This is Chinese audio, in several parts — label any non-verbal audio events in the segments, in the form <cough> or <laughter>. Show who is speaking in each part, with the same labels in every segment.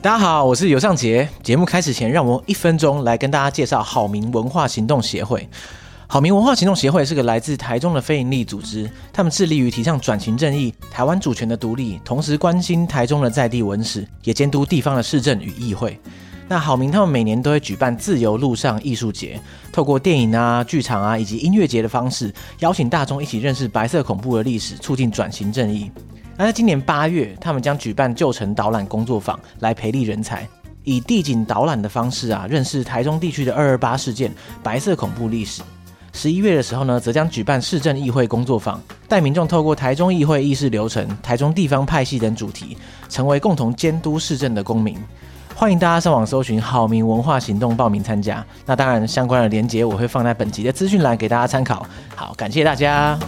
Speaker 1: 大家好，我是尤尚杰。节目开始前，让我用一分钟来跟大家介绍好民文化行动协会。好民文化行动协会是个来自台中的非营利组织，他们致力于提倡转型正义、台湾主权的独立，同时关心台中的在地文史，也监督地方的市政与议会。那好明他们每年都会举办自由路上艺术节，透过电影啊、剧场啊以及音乐节的方式，邀请大众一起认识白色恐怖的历史，促进转型正义。那在今年八月，他们将举办旧城导览工作坊，来培力人才，以地景导览的方式啊，认识台中地区的二二八事件、白色恐怖历史。十一月的时候呢，则将举办市政议会工作坊，带民众透过台中议会议事流程、台中地方派系等主题，成为共同监督市政的公民。欢迎大家上网搜寻“好民文化行动”报名参加。那当然，相关的连结我会放在本集的资讯栏给大家参考。好，感谢大家。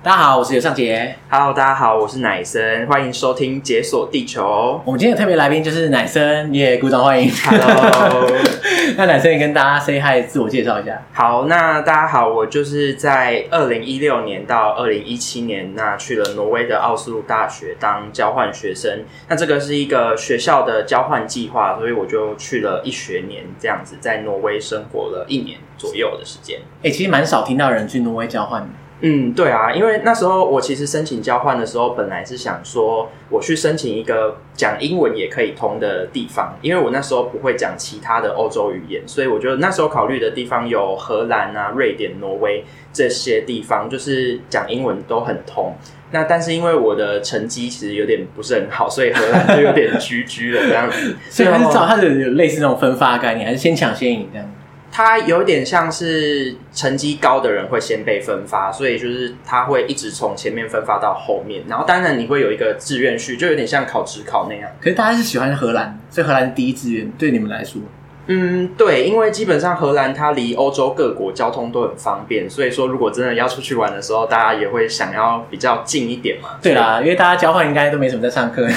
Speaker 1: 大家好，我是刘尚杰。
Speaker 2: Hello，大家好，我是奶森，欢迎收听《解锁地球
Speaker 1: 我们今天的特别来宾就是奶生，也鼓掌欢迎。》。
Speaker 2: Hello，
Speaker 1: <laughs> 那奶生也跟大家 say hi，自我介绍一下。
Speaker 2: 好，那大家好，我就是在二零一六年到二零一七年，那去了挪威的奥斯陆大学当交换学生。那这个是一个学校的交换计划，所以我就去了一学年，这样子在挪威生活了一年左右的时间。
Speaker 1: 哎、其实蛮少听到人去挪威交换的。
Speaker 2: 嗯，对啊，因为那时候我其实申请交换的时候，本来是想说我去申请一个讲英文也可以通的地方，因为我那时候不会讲其他的欧洲语言，所以我觉得那时候考虑的地方有荷兰啊、瑞典、挪威这些地方，就是讲英文都很通。那但是因为我的成绩其实有点不是很好，所以荷兰就有点居居了这样子。
Speaker 1: 所以他是
Speaker 2: 然后
Speaker 1: 照他是有类似那种分发概念，还是先抢先赢这样？
Speaker 2: 它有点像是成绩高的人会先被分发，所以就是他会一直从前面分发到后面，然后当然你会有一个志愿序，就有点像考职考那样。
Speaker 1: 可是大家是喜欢荷兰，所以荷兰是第一志愿对你们来说，
Speaker 2: 嗯，对，因为基本上荷兰它离欧洲各国交通都很方便，所以说如果真的要出去玩的时候，大家也会想要比较近一点嘛。 <laughs>
Speaker 1: 对啦，因为大家交换应该都没什么在上课，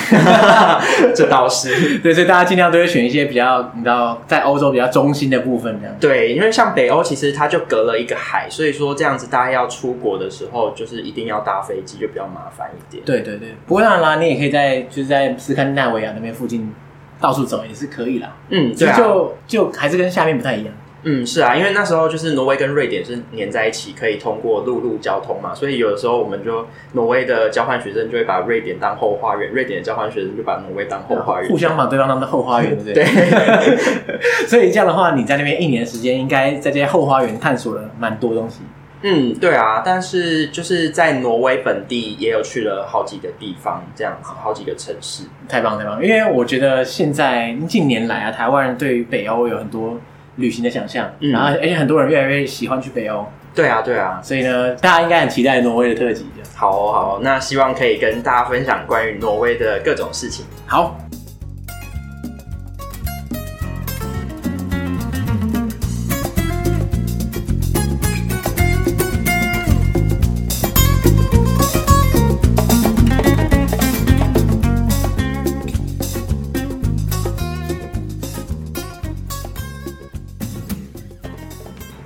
Speaker 2: 这倒是。
Speaker 1: 对，所以大家尽量都会选一些比较，你知道，在欧洲比较中心的部分这样。
Speaker 2: 对，因为像北欧其实它就隔了一个海，所以说这样子大家要出国的时候，就是一定要搭飞机，就比较麻烦一点。
Speaker 1: 对对对，不过当然啦，你也可以在就是在斯堪的纳维亚那边附近到处走也是可以啦，
Speaker 2: 嗯，
Speaker 1: 所
Speaker 2: 对
Speaker 1: 以
Speaker 2: 啊。
Speaker 1: 就就还是跟下面不太一样。
Speaker 2: 嗯，是啊，因为那时候就是挪威跟瑞典是粘在一起，可以通过陆路交通嘛，所以有的时候我们就挪威的交换学生就会把瑞典当后花园，瑞典的交换学生就把挪威当后花园
Speaker 1: 互。相把对方当成后花园，对不对？
Speaker 2: 对，
Speaker 1: <laughs> 所以这样的话，你在那边一年时间，应该在这些后花园探索了蛮多东西。
Speaker 2: 嗯，对啊，但是就是在挪威本地也有去了好几个地方，这样子，好几个城市。
Speaker 1: 太棒太棒！因为我觉得现在近年来啊，台湾人对于北欧有很多旅行的想象，
Speaker 2: 嗯
Speaker 1: 然后而且很多人越来越喜欢去北欧，
Speaker 2: 对啊，对啊，
Speaker 1: 所以呢，大家应该很期待挪威的特辑的。
Speaker 2: 好哦，好哦，那希望可以跟大家分享关于挪威的各种事情。
Speaker 1: 好，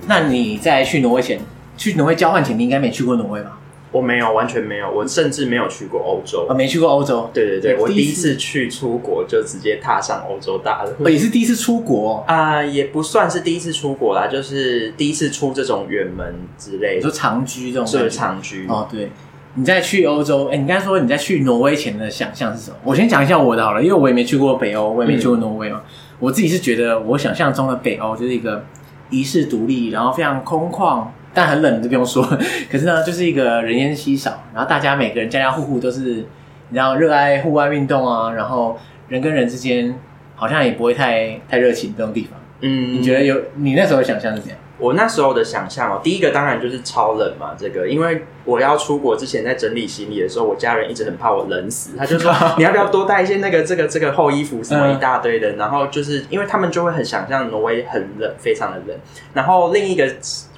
Speaker 1: 那你在去挪威前，去挪威交换前，你应该没去过挪威吧？
Speaker 2: 我没有，完全没有，我甚至没有去过欧洲
Speaker 1: 啊，。没去过欧洲，
Speaker 2: 对对对，我
Speaker 1: 第
Speaker 2: 第
Speaker 1: 一
Speaker 2: 一
Speaker 1: 次
Speaker 2: 次去出国就直接踏上欧洲大陆。
Speaker 1: 哦我也是第一次出国哦、
Speaker 2: 啊、也不算是第一次出国啦，就是第一次出这种远门之
Speaker 1: 你
Speaker 2: 类的
Speaker 1: 说，长居这种
Speaker 2: 就是
Speaker 1: 感觉
Speaker 2: 长居。
Speaker 1: 哦，对。你在去欧洲，哎、你刚才说你在去挪威前的想象是什么？我先讲一下我的好了，因为我也没去过北欧，我也没去过挪威嘛。我自己是觉得，我想象中的北欧就是一个遗世独立，然后非常空旷，但很冷，这不用说。 <laughs> 可是呢，就是一个人烟稀少，然后大家每个人家家户户都是，你知道热爱户外运动啊，然后人跟人之间好像也不会太太热情这种地方。
Speaker 2: 嗯，
Speaker 1: 你觉得有？你那时候的想象是怎样？
Speaker 2: 我那时候的想象哦，第一个当然就是超冷嘛，这个，因为我要出国之前在整理行李的时候，我家人一直很怕我冷
Speaker 1: <laughs>
Speaker 2: 死，他就说你要不要多带一些那个这个这个厚衣服什么
Speaker 1: 嗯
Speaker 2: 一大堆的，然后就是因为他们就会很想象挪威很冷，非常的冷。然后另一个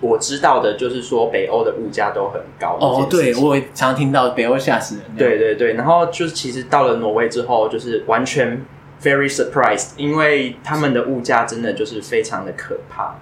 Speaker 2: 我知道的就是说北欧的物价都很高
Speaker 1: 哦，
Speaker 2: 这件事
Speaker 1: 对
Speaker 2: 情
Speaker 1: 我常听到北欧吓死人。
Speaker 2: 对对对，然后就是其实到了挪威之后，就是完全 very surprised，因为他们的物价真的就是非常的可怕。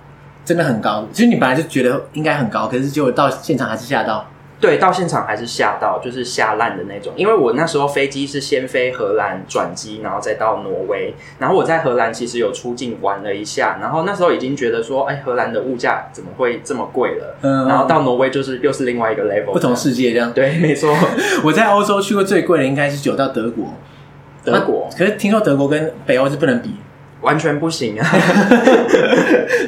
Speaker 1: 真的很高，其实你本来就觉得应该很高，可是结果到现场还是吓到。
Speaker 2: 对，到现场还是吓到，就是吓烂的那种。因为我那时候飞机是先飞荷兰转机，然后再到挪威。然后我在荷兰其实有出境玩了一下，然后那时候已经觉得说，哎，荷兰的物价怎么会这么贵了？
Speaker 1: 嗯
Speaker 2: 然后到挪威就是又是另外一个 level，
Speaker 1: 不同世界这样。
Speaker 2: 对，没错，
Speaker 1: <laughs> 我在欧洲去过最贵的应该是有到德国，
Speaker 2: 德国
Speaker 1: 可是听说德国跟北欧是不能比，
Speaker 2: 完全不
Speaker 1: <laughs>
Speaker 2: 行啊。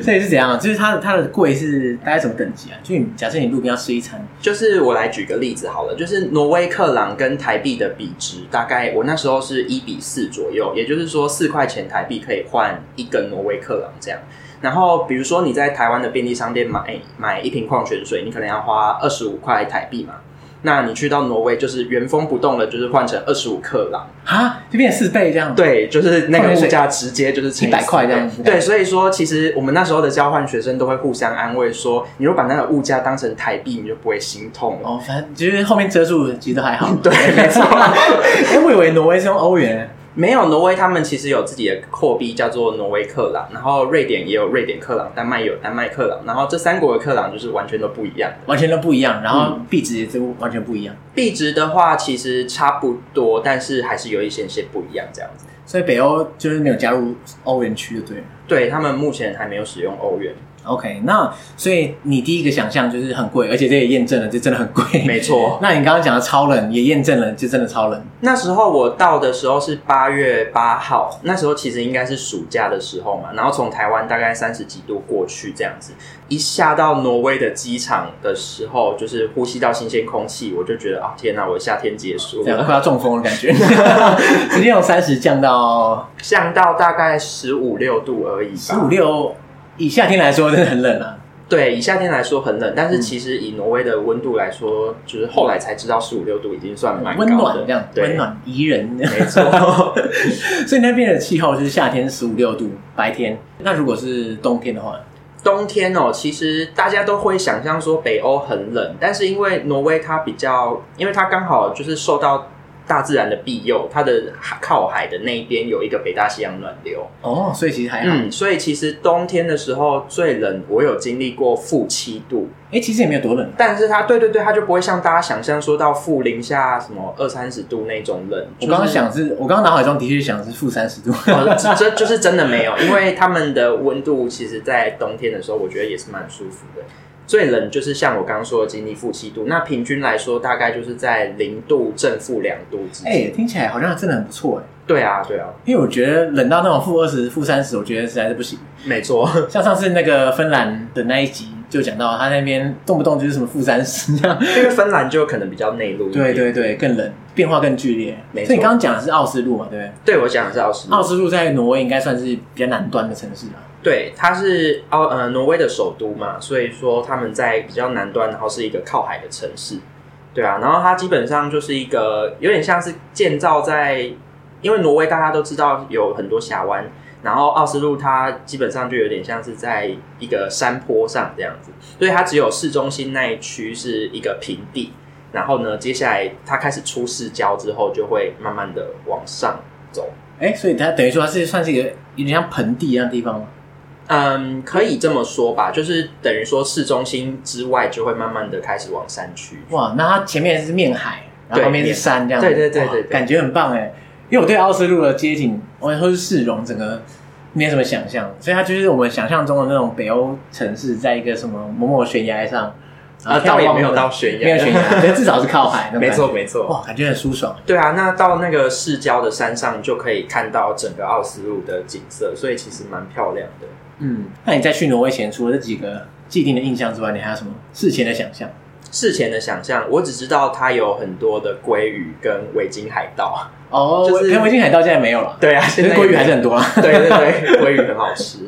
Speaker 1: 所以是怎样啊？就是它的它的贵是大概什么等级啊？就你假设你路边要吃一餐，
Speaker 2: 就是我来举个例子好了，就是挪威克朗跟台币的比值，大概我那时候是一比四左右，也就是说四块钱台币可以换一根挪威克朗这样。然后比如说你在台湾的便利商店买买一瓶矿泉水，你可能要花二十五块台币嘛，那你去到挪威就是原封不动的，就是换成二十五克朗。
Speaker 1: 啊，就变四倍这样。，
Speaker 2: 对，就是那
Speaker 1: 矿
Speaker 2: 个
Speaker 1: 泉
Speaker 2: 物
Speaker 1: 水
Speaker 2: 价直接就是乘以
Speaker 1: 100块
Speaker 2: 四倍
Speaker 1: 这样子
Speaker 2: 对，所以说其实我们那时候的交换学生都会互相安慰说，你如果把那个物价当成台币，你就不会心痛了。
Speaker 1: 哦，反正就是后面遮住其实都还 <laughs> 好。
Speaker 2: 对，没错。
Speaker 1: 哎、我以为挪威是用欧元，
Speaker 2: 没有，挪威他们其实有自己的货币叫做挪威克朗，然后瑞典也有瑞典克朗，丹麦也有丹麦克朗，然后这三国的克朗就是完全都不一样的。
Speaker 1: 完全都不一样，然后币值也都完全不一样，
Speaker 2: 币值的话其实差不多，但是还是有一些些不一样这样子。
Speaker 1: 所以北欧就是没有加入欧元区就对了。
Speaker 2: 对他们目前还没有使用欧元，
Speaker 1: OK，那所以你第一个想象就是很贵，而且这也验证了，这真的很贵。
Speaker 2: 没错。
Speaker 1: <laughs> 那你刚刚讲的超冷也验证了，就真的超冷。
Speaker 2: 那时候我到的时候是八月八号，那时候其实应该是暑假的时候嘛，然后从台湾大概三十几度过去这样子，一下到挪威的机场的时候，就是呼吸到新鲜空气，我就觉得啊天哪、我的夏天结束
Speaker 1: 这样
Speaker 2: 了，
Speaker 1: 快要中风的感
Speaker 2: <laughs>
Speaker 1: 觉，直接从三十降到
Speaker 2: 降到大概十五六度而已
Speaker 1: 十五
Speaker 2: 吧。
Speaker 1: 六，以夏天来说真的很冷啊。
Speaker 2: 对，以夏天来说很冷，但
Speaker 1: 嗯
Speaker 2: 是其实以挪威的温度来说，就是后来才知道十五六度已经算蛮高
Speaker 1: 温
Speaker 2: 的
Speaker 1: 暖这样，
Speaker 2: 对
Speaker 1: 温暖宜人。
Speaker 2: 没错。
Speaker 1: <laughs> 所以那边的气候就是夏天十五六度，白天。那如果是冬天的话，
Speaker 2: 冬天哦，其实大家都会想象说北欧很冷，但是因为挪威它比较，因为它刚好就是受到大自然的庇佑，它的海靠海的那一边有一个北大西洋暖流，
Speaker 1: 哦，所以其实还好。哎、
Speaker 2: 嗯，所以其实冬天的时候最冷，我有经历过负七度，
Speaker 1: 其实也没有多冷，
Speaker 2: 但是它对对对，它就不会像大家想象说到负零下什么二三十度那种冷。
Speaker 1: 我刚刚
Speaker 2: 就是
Speaker 1: 想是，我刚刚脑海中的确想是负三十度。
Speaker 2: <laughs> 哦这
Speaker 1: <laughs>
Speaker 2: 这就是真的没有，因为他们的温度其实，在冬天的时候，我觉得也是蛮舒服的。最冷就是像我刚刚说的经历负七度，那平均来说大概就是在零度正负两度之间。
Speaker 1: 哎、听起来好像真的很不错哎、
Speaker 2: 对啊，对啊，
Speaker 1: 因为我觉得冷到那种负二十、负三十，我觉得实在是不行。
Speaker 2: 没错。 <laughs>
Speaker 1: 像上次那个芬兰的那一集就讲到，他那边动不动就是什么负三十这样。
Speaker 2: 因为芬兰就可能比较内陆一点。
Speaker 1: 对对对，更冷，变化更剧烈。
Speaker 2: 没错
Speaker 1: 所以你刚刚讲的是奥斯陆嘛，对不对？
Speaker 2: 对，我讲的是奥斯陆
Speaker 1: 奥，斯陆在挪威应该算是比较南端的城市吧。
Speaker 2: 对，它是奥呃挪威的首都嘛，所以说他们在比较南端，然后是一个靠海的城市。对啊，然后它基本上就是一个有点像是建造在，因为挪威大家都知道有很多峡湾，然后奥斯陆它基本上就有点像是在一个山坡上这样子，所以它只有市中心那一区是一个平地，然后呢，接下来它开始出市郊之后，就会慢慢的往上走。
Speaker 1: 哎，所以它等于说它是算是一个有点像盆地一样的地方吗？
Speaker 2: 嗯，可以这么说吧，就是等于说市中心之外，就会慢慢的开始往山区。
Speaker 1: 哇，那它前面是面海，然后
Speaker 2: 对
Speaker 1: 旁边是山，这样
Speaker 2: 对对对
Speaker 1: 哇
Speaker 2: 对对
Speaker 1: 感觉很棒哎。因为我对奥斯陆的街景，或者说是市容，整个没什么想象，所以它就是我们想象中的那种北欧城市，在一个什么某某悬崖上，然
Speaker 2: 啊，
Speaker 1: 后眺
Speaker 2: 倒也
Speaker 1: 望
Speaker 2: 没有到悬崖，
Speaker 1: 没有
Speaker 2: <laughs>
Speaker 1: 悬崖，哦对，至少是靠海，那种
Speaker 2: 没错
Speaker 1: 感
Speaker 2: 没
Speaker 1: 觉，
Speaker 2: 错。
Speaker 1: 哇，感觉很舒爽。
Speaker 2: 对啊，那到那个市郊的山上，就可以看到整个奥斯陆的景色，所以其实蛮漂亮的。
Speaker 1: 嗯，那你在去挪威前，除了这几个既定的印象之外，你还有什么事前的想象？
Speaker 2: 事前的想象，我只知道它有很多的鲑鱼跟维京海
Speaker 1: <laughs>
Speaker 2: 盗。
Speaker 1: 哦，
Speaker 2: 就
Speaker 1: 我
Speaker 2: 是
Speaker 1: 可能维京海盗现在没有了，
Speaker 2: 对啊，
Speaker 1: 其
Speaker 2: 现
Speaker 1: 实
Speaker 2: 在
Speaker 1: 鲑鱼还是很多啊。
Speaker 2: 对对对，鲑鱼很好吃。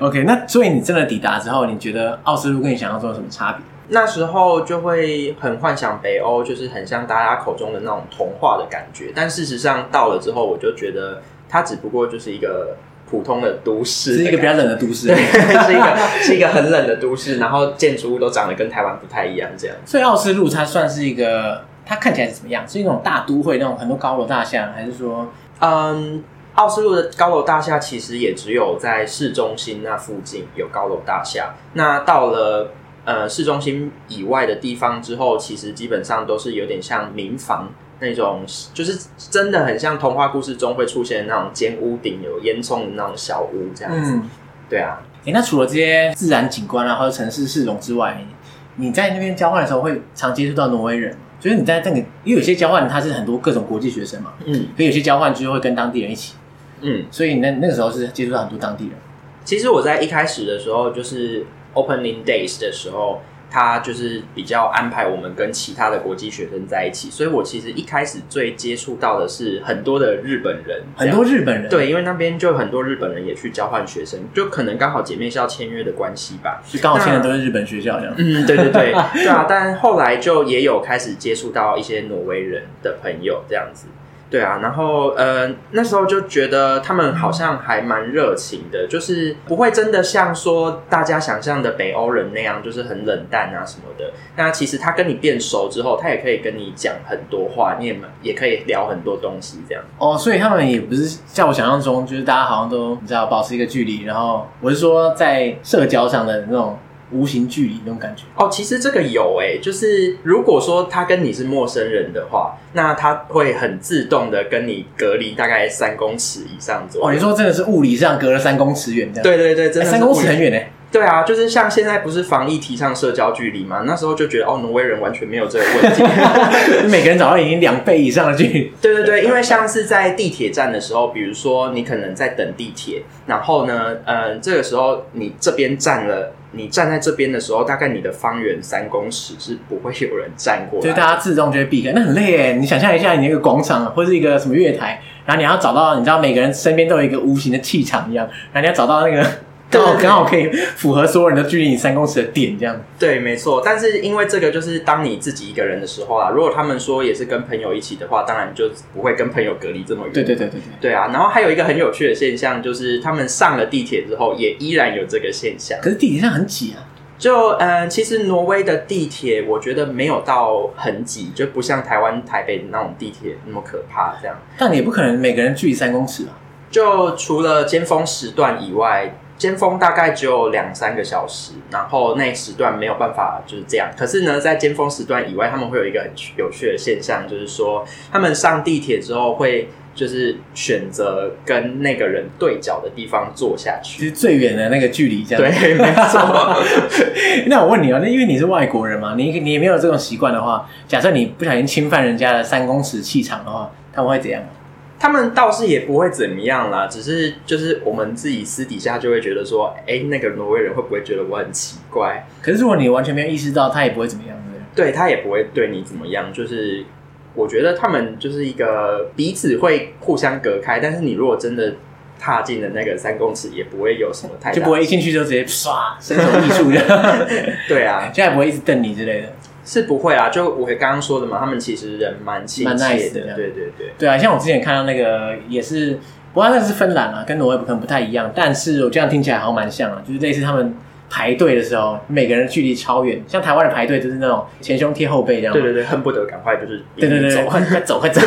Speaker 1: OK，那所以你真的抵达之后，你觉得奥斯陆跟你想象中有什么差别？
Speaker 2: 那时候就会很幻想北欧，就是很像大家口中的那种童话的感觉。但事实上到了之后，我就觉得它只不过就是一个普通的都市
Speaker 1: 是
Speaker 2: 的
Speaker 1: 一
Speaker 2: 感
Speaker 1: 个
Speaker 2: 觉， <laughs>
Speaker 1: 比较冷的都市
Speaker 2: 对，。是一个是一个很冷的都市，然后建筑物都长得跟台湾不太一样，这样。
Speaker 1: <laughs> 所以奥斯陆它算是一个，它看起来是怎么样？是一种大都会那种很多高楼大厦，还是说
Speaker 2: 嗯，奥斯陆的高楼大厦其实也只有在市中心那附近有高楼大厦。那到了呃市中心以外的地方之后，其实基本上都是有点像民房那种，就是真的很像童话故事中会出现的那种尖屋顶有烟囱的那种小屋这样子。
Speaker 1: 嗯，
Speaker 2: 对啊，
Speaker 1: 诶，那除了这些自然景观啊，或者城市市容之外，你在那边交换的时候会常接触到挪威人吗？就是你在那个，因为有些交换他是很多各种国际学生嘛，
Speaker 2: 嗯
Speaker 1: 可有些交换就会跟当地人一起，
Speaker 2: 嗯。
Speaker 1: 所以你那那个时候是接触到很多当地人。
Speaker 2: 其实我在一开始的时候，就是 Opening Days 的时候，他就是比较安排我们跟其他的国际学生在一起，所以我其实一开始最接触到的是很多的日本人，
Speaker 1: 很多日本人，
Speaker 2: 对，因为那边就很多日本人也去交换学生，就可能刚好姐妹校签约的关系吧。
Speaker 1: 就刚好现在都是日本学校这样。
Speaker 2: 嗯，对对对，对啊。但后来就也有开始接触到一些挪威人的朋友这样子，对啊。然后呃，那时候就觉得他们好像还蛮热情的，就是不会真的像说大家想象的北欧人那样，就是很冷淡啊什么的。那其实他跟你变熟之后，他也可以跟你讲很多话，你也蛮也可以聊很多东西这样。
Speaker 1: 哦，所以他们也不是像我想象中，就是大家好像都你知道保持一个距离，然后我是说在社交上的那种无形距离那种感觉。
Speaker 2: 哦，其实这个有诶、就是如果说他跟你是陌生人的话，那他会很自动的跟你隔离大概三公尺以上左右。
Speaker 1: 哦，你说真的是物理上隔了三公尺远这样？
Speaker 2: 对对对，真
Speaker 1: 哎，
Speaker 2: 的是
Speaker 1: 三公尺
Speaker 2: 不一
Speaker 1: 很
Speaker 2: 样。
Speaker 1: 远哎。
Speaker 2: 对啊，就是像现在不是防疫提倡社交距离嘛，那时候就觉得哦，挪威人完全没有这个
Speaker 1: <laughs>
Speaker 2: 问题。
Speaker 1: 每个人早上已经两倍以上的距离。
Speaker 2: 对对对，因为像是在地铁站的时候，比如说你可能在等地铁，然后呢，呃，这个时候你这边站了，你站在这边的时候，大概你的方圆三公尺是不会有人站过来
Speaker 1: 就
Speaker 2: 的。
Speaker 1: 大家自动就会避开，那很累哎。你想象一下，你一个广场或是一个什么月台，然后你要找到，你知道每个人身边都有一个无形的气场一样，然后你要找到那个
Speaker 2: 对
Speaker 1: 刚好
Speaker 2: 对对
Speaker 1: 刚好可以符合所有人的距离你三公尺的点，这样。
Speaker 2: 对，没错。但是因为这个就是当你自己一个人的时候啊，如果他们说也是跟朋友一起的话，当然就不会跟朋友隔离这么远。
Speaker 1: 对对对对对。
Speaker 2: 对啊，然后还有一个很有趣的现象，就是他们上了地铁之后，也依然有这个现象。
Speaker 1: 可是地铁上很挤啊，
Speaker 2: 就呃，其实挪威的地铁，我觉得没有到很挤，就不像台湾台北的那种地铁那么可怕。这样，
Speaker 1: 但你也不可能每个人距离三公尺吧？
Speaker 2: 就除了尖峰时段以外，尖峰大概只有两三个小时，然后那时段没有办法就是这样。可是呢，在尖峰时段以外，他们会有一个很有趣的现象，就是说他们上地铁之后会就是选择跟那个人对角的地方坐下
Speaker 1: 就
Speaker 2: 去。
Speaker 1: 是最远的那个距离这样。
Speaker 2: <laughs> 对，没错。
Speaker 1: <laughs> 那我问你哦，那因为你是外国人嘛，你你也没有这种习惯的话，假设你不小心侵犯人家的三公尺气场的话，他们会怎样？
Speaker 2: <laughs> 他们倒是也不会怎么样啦，只是就是我们自己私底下就会觉得说，哎、那个挪威人会不会觉得我很奇怪？
Speaker 1: 可是如果你完全没有意识到，他也不会怎么样，对不对？
Speaker 2: 对他也不会对你怎么样，就是我觉得他们就是一个彼此会互相隔开，但是你如果真的踏进了那个三公尺，也不会有什么太大
Speaker 1: 就不会一进去就直接唰身手艺术这样， <laughs>
Speaker 2: 对啊，
Speaker 1: 现在不会一直瞪你之类的。
Speaker 2: 是不会啊。就我刚刚说的嘛，他们其实人蛮亲
Speaker 1: 蛮
Speaker 2: 切
Speaker 1: nice
Speaker 2: 的，
Speaker 1: 的
Speaker 2: 对对对，
Speaker 1: 对啊，像我之前看到那个也是，不过那是芬兰啊，跟挪威可能不太一样，但是我这样听起来好像蛮像啊，就是类似他们排队的时候，每个人距离超远，像台湾的排队就是那种前胸贴后背这样嘛。
Speaker 2: 对对对，恨不得赶快就是
Speaker 1: 对对
Speaker 2: 逼
Speaker 1: 对
Speaker 2: 你
Speaker 1: 对，
Speaker 2: 走
Speaker 1: 快快走快 <laughs> 走！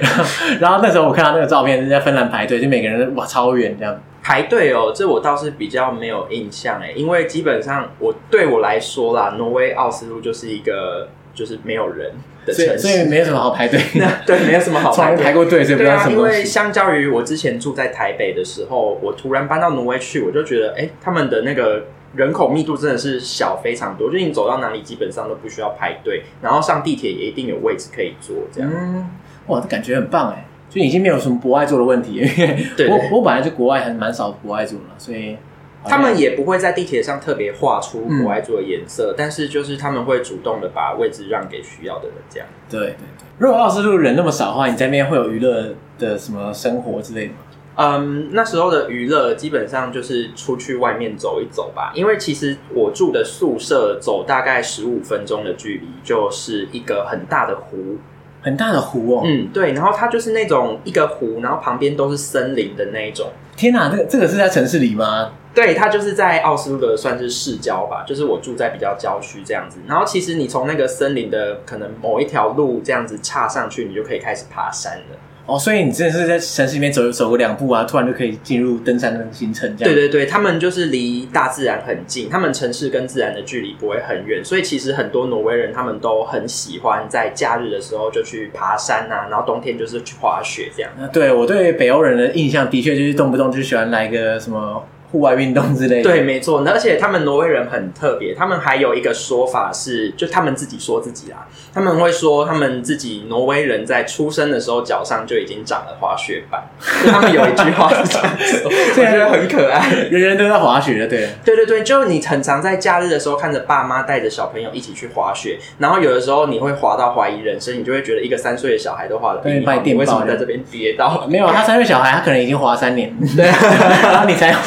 Speaker 1: 然后然后那时候我看到那个照片，就是在芬兰排队，就每个人哇超远这样。
Speaker 2: 排队哦，这我倒是比较没有印象哎，因为基本上我对我来说啦，挪威奥斯陆就是一个就是没有人的
Speaker 1: 所以
Speaker 2: 城
Speaker 1: 所以
Speaker 2: 市，
Speaker 1: 没有什么好排 <laughs> 队，
Speaker 2: 对，没有什么好
Speaker 1: 从来
Speaker 2: 排
Speaker 1: 没
Speaker 2: 队
Speaker 1: 排过队，所以不知
Speaker 2: 对
Speaker 1: 道
Speaker 2: 啊，
Speaker 1: 什么
Speaker 2: 因
Speaker 1: 东
Speaker 2: 为
Speaker 1: 西。
Speaker 2: 相较于我之前住在台北的时候，我突然搬到挪威去，我就觉得，哎、他们的那个人口密度真的是小非常多，就你走到哪里基本上都不需要排队，然后上地铁也一定有位置可以坐，这样。
Speaker 1: 嗯，哇，这感觉很棒哎，就已经没有什么不爱做的问题。
Speaker 2: 对
Speaker 1: 我我本来就国外很蛮少不爱做了，所以好
Speaker 2: 他
Speaker 1: 像
Speaker 2: 们也不会在地铁上特别画出国外做的颜色，但是就是他们会主动的把位置让给需要的人，这样。
Speaker 1: 对对对。如果奥斯陆人那么少的话，你在那边会有娱乐的什么生活之类的吗？
Speaker 2: 嗯，那时候的娱乐基本上就是出去外面走一走吧，因为其实我住的宿舍走大概十五分钟的距离，就是一个很大的湖。
Speaker 1: 很大的湖哦，
Speaker 2: 嗯，对，然后它就是那种一个湖，然后旁边都是森林的那一种。
Speaker 1: 天哪，这个这个是在城市里吗？
Speaker 2: 对，它就是在奥斯陆的算是市郊吧，就是我住在比较郊区这样子。然后其实你从那个森林的可能某一条路这样子岔上去，你就可以开始爬山了。
Speaker 1: 哦，所以你真的是在城市里面走走个两步啊，突然就可以进入登山的行程，这样
Speaker 2: 对对对，他们就是离大自然很近，他们城市跟自然的距离不会很远，所以其实很多挪威人他们都很喜欢在假日的时候就去爬山啊，然后冬天就是去滑雪这样。
Speaker 1: 那对我对北欧人的印象的确就是动不动就喜欢来个什么户外运动之类的。
Speaker 2: 对，，没错。那而且他们挪威人很特别，他们还有一个说法是，就他们自己说自己啦，他们会说他们自己挪威人在出生的时候脚上就已经长了滑雪板，就他们有一句话是这样 <laughs> 说，我觉得很可爱。
Speaker 1: 人人都在滑雪的，对了。
Speaker 2: 对对对，就你很常在假日的时候看着爸妈带着小朋友一起去滑雪，然后有的时候你会滑到怀疑人生，你就会觉得一个三岁的小孩都滑的比
Speaker 1: 对
Speaker 2: 你好，
Speaker 1: 把你
Speaker 2: 你为
Speaker 1: 电
Speaker 2: 什
Speaker 1: 爆
Speaker 2: 么在这边跌倒？
Speaker 1: 没有，啊他三岁小孩，他可能已经滑三年，对， <laughs> 然后你才 <laughs>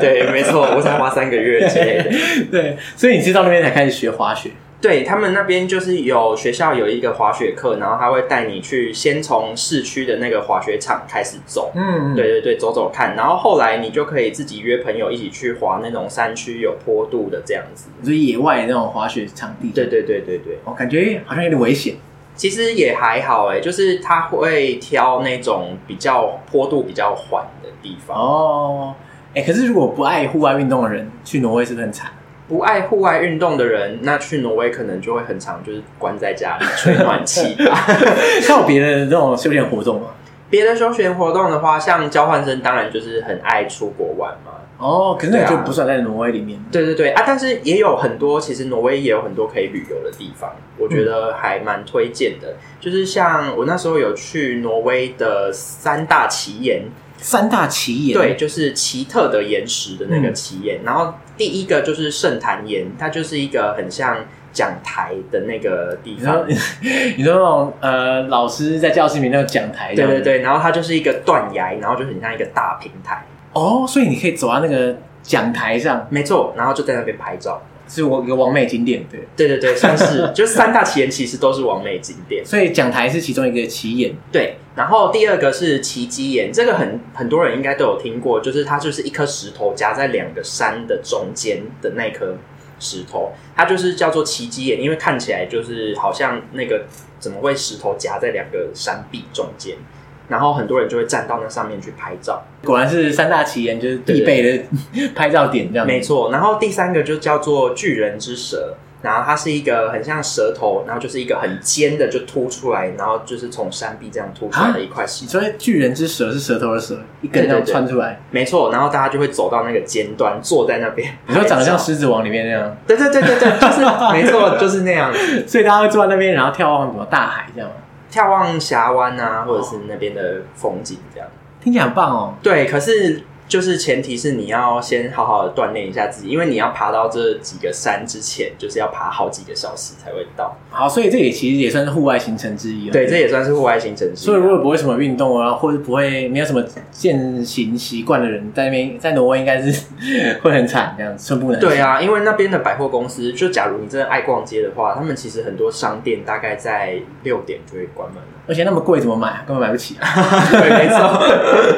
Speaker 2: 对，没错，我才滑三个月之类的。
Speaker 1: 对，所以你是到那边才开始学滑雪。
Speaker 2: 对他们那边就是有学校有一个滑雪课，然后他会带你去先从市区的那个滑雪场开始走，
Speaker 1: 嗯，
Speaker 2: 对对对，走走看，然后后来你就可以自己约朋友一起去滑那种山区有坡度的这样子。
Speaker 1: 就是野外那种滑雪场地。
Speaker 2: 对，对对对对。
Speaker 1: 我感觉好像有点危险。
Speaker 2: 其实也还好哎、就是他会挑那种比较坡度比较缓的地方。
Speaker 1: 哦，哎，可是如果不爱户外运动的人去挪威是不是很惨？ <laughs>
Speaker 2: 不爱户外运动的人，那去挪威可能就会很常就是关在家里吹暖气吧。
Speaker 1: 还有别的那种休闲活动吗？
Speaker 2: 别的休闲活动的话，像交换生当然就是很爱出国玩嘛。
Speaker 1: 哦，可是那个
Speaker 2: 对
Speaker 1: 就
Speaker 2: 啊
Speaker 1: 不算在挪威里面。
Speaker 2: 对对对啊，但是也有很多，其实挪威也有很多可以旅游的地方，我觉得还蛮推荐的。就是像我那时候有去挪威的三大奇岩，
Speaker 1: 三大奇岩，
Speaker 2: 对，，就是奇特的岩石的那个奇岩。然后第一个就是圣坛岩，它就是一个很像讲台的那个地
Speaker 1: 你说
Speaker 2: 方。
Speaker 1: 你说那种呃，老师在教室里面那种讲台，
Speaker 2: 对对。对，然后它就是一个断崖，然后就很像一个大平台，
Speaker 1: 哦，所以你可以走到那个讲台上，
Speaker 2: 没错，然后就在那边拍照。
Speaker 1: 是我一个完美景点，对。
Speaker 2: 对对对，
Speaker 1: <laughs>
Speaker 2: 算是，就是三大奇岩其实都是完美景点。
Speaker 1: 所以讲台是其中一个奇岩，
Speaker 2: 对，然后第二个是奇迹岩，这个很很多人应该都有听过，就是它就是一颗石头夹在两个山的中间的那颗石头，它就是叫做奇迹岩，因为看起来就是好像那个怎么会石头夹在两个山壁中间，然后很多人就会站到那上面去拍照。
Speaker 1: 果然是三大奇岩，就是必备的 <laughs> 拍照点，这样子
Speaker 2: 没。错，然后第三个就叫做巨人之蛇，然后它是一个很像舌头，然后就是一个很尖的就凸出来，然后就是从山壁这样凸出来的一块石
Speaker 1: 你说巨人之舌是舌头的舌，一根这样穿出来。
Speaker 2: 没错，然后大家就会走到那个尖端，坐在那边。
Speaker 1: <laughs> 你说长得像？狮子王里面那样，
Speaker 2: 对对对对
Speaker 1: <laughs>
Speaker 2: 对，就是没错，就是那样。
Speaker 1: 所以大家会坐在那边，然后眺望什么大海这样吗？
Speaker 2: 眺望峡湾啊，或者是那边的风景这样。
Speaker 1: 听起来很棒哦。
Speaker 2: 对，可是就是前提是你要先好好的锻炼一下自己，因为你要爬到这几个山之前，就是要爬好几个小时才会到。
Speaker 1: 好，所以这也其实也算是户外行程之一、哦。
Speaker 2: 对，这。也算是户外行程之一啊。
Speaker 1: 所以如果不会什么运动啊，或者不会没有什么健行习惯的人，在那边在挪威应该是 <laughs> 会很惨，这样寸步难行。
Speaker 2: 对啊，因为那边的百货公司，就假如你真的爱逛街的话，他们其实很多商店大概在六点就会关门了。
Speaker 1: <laughs> 而且那么贵，怎么买？根本买不起啊！ <laughs>
Speaker 2: 对，没错。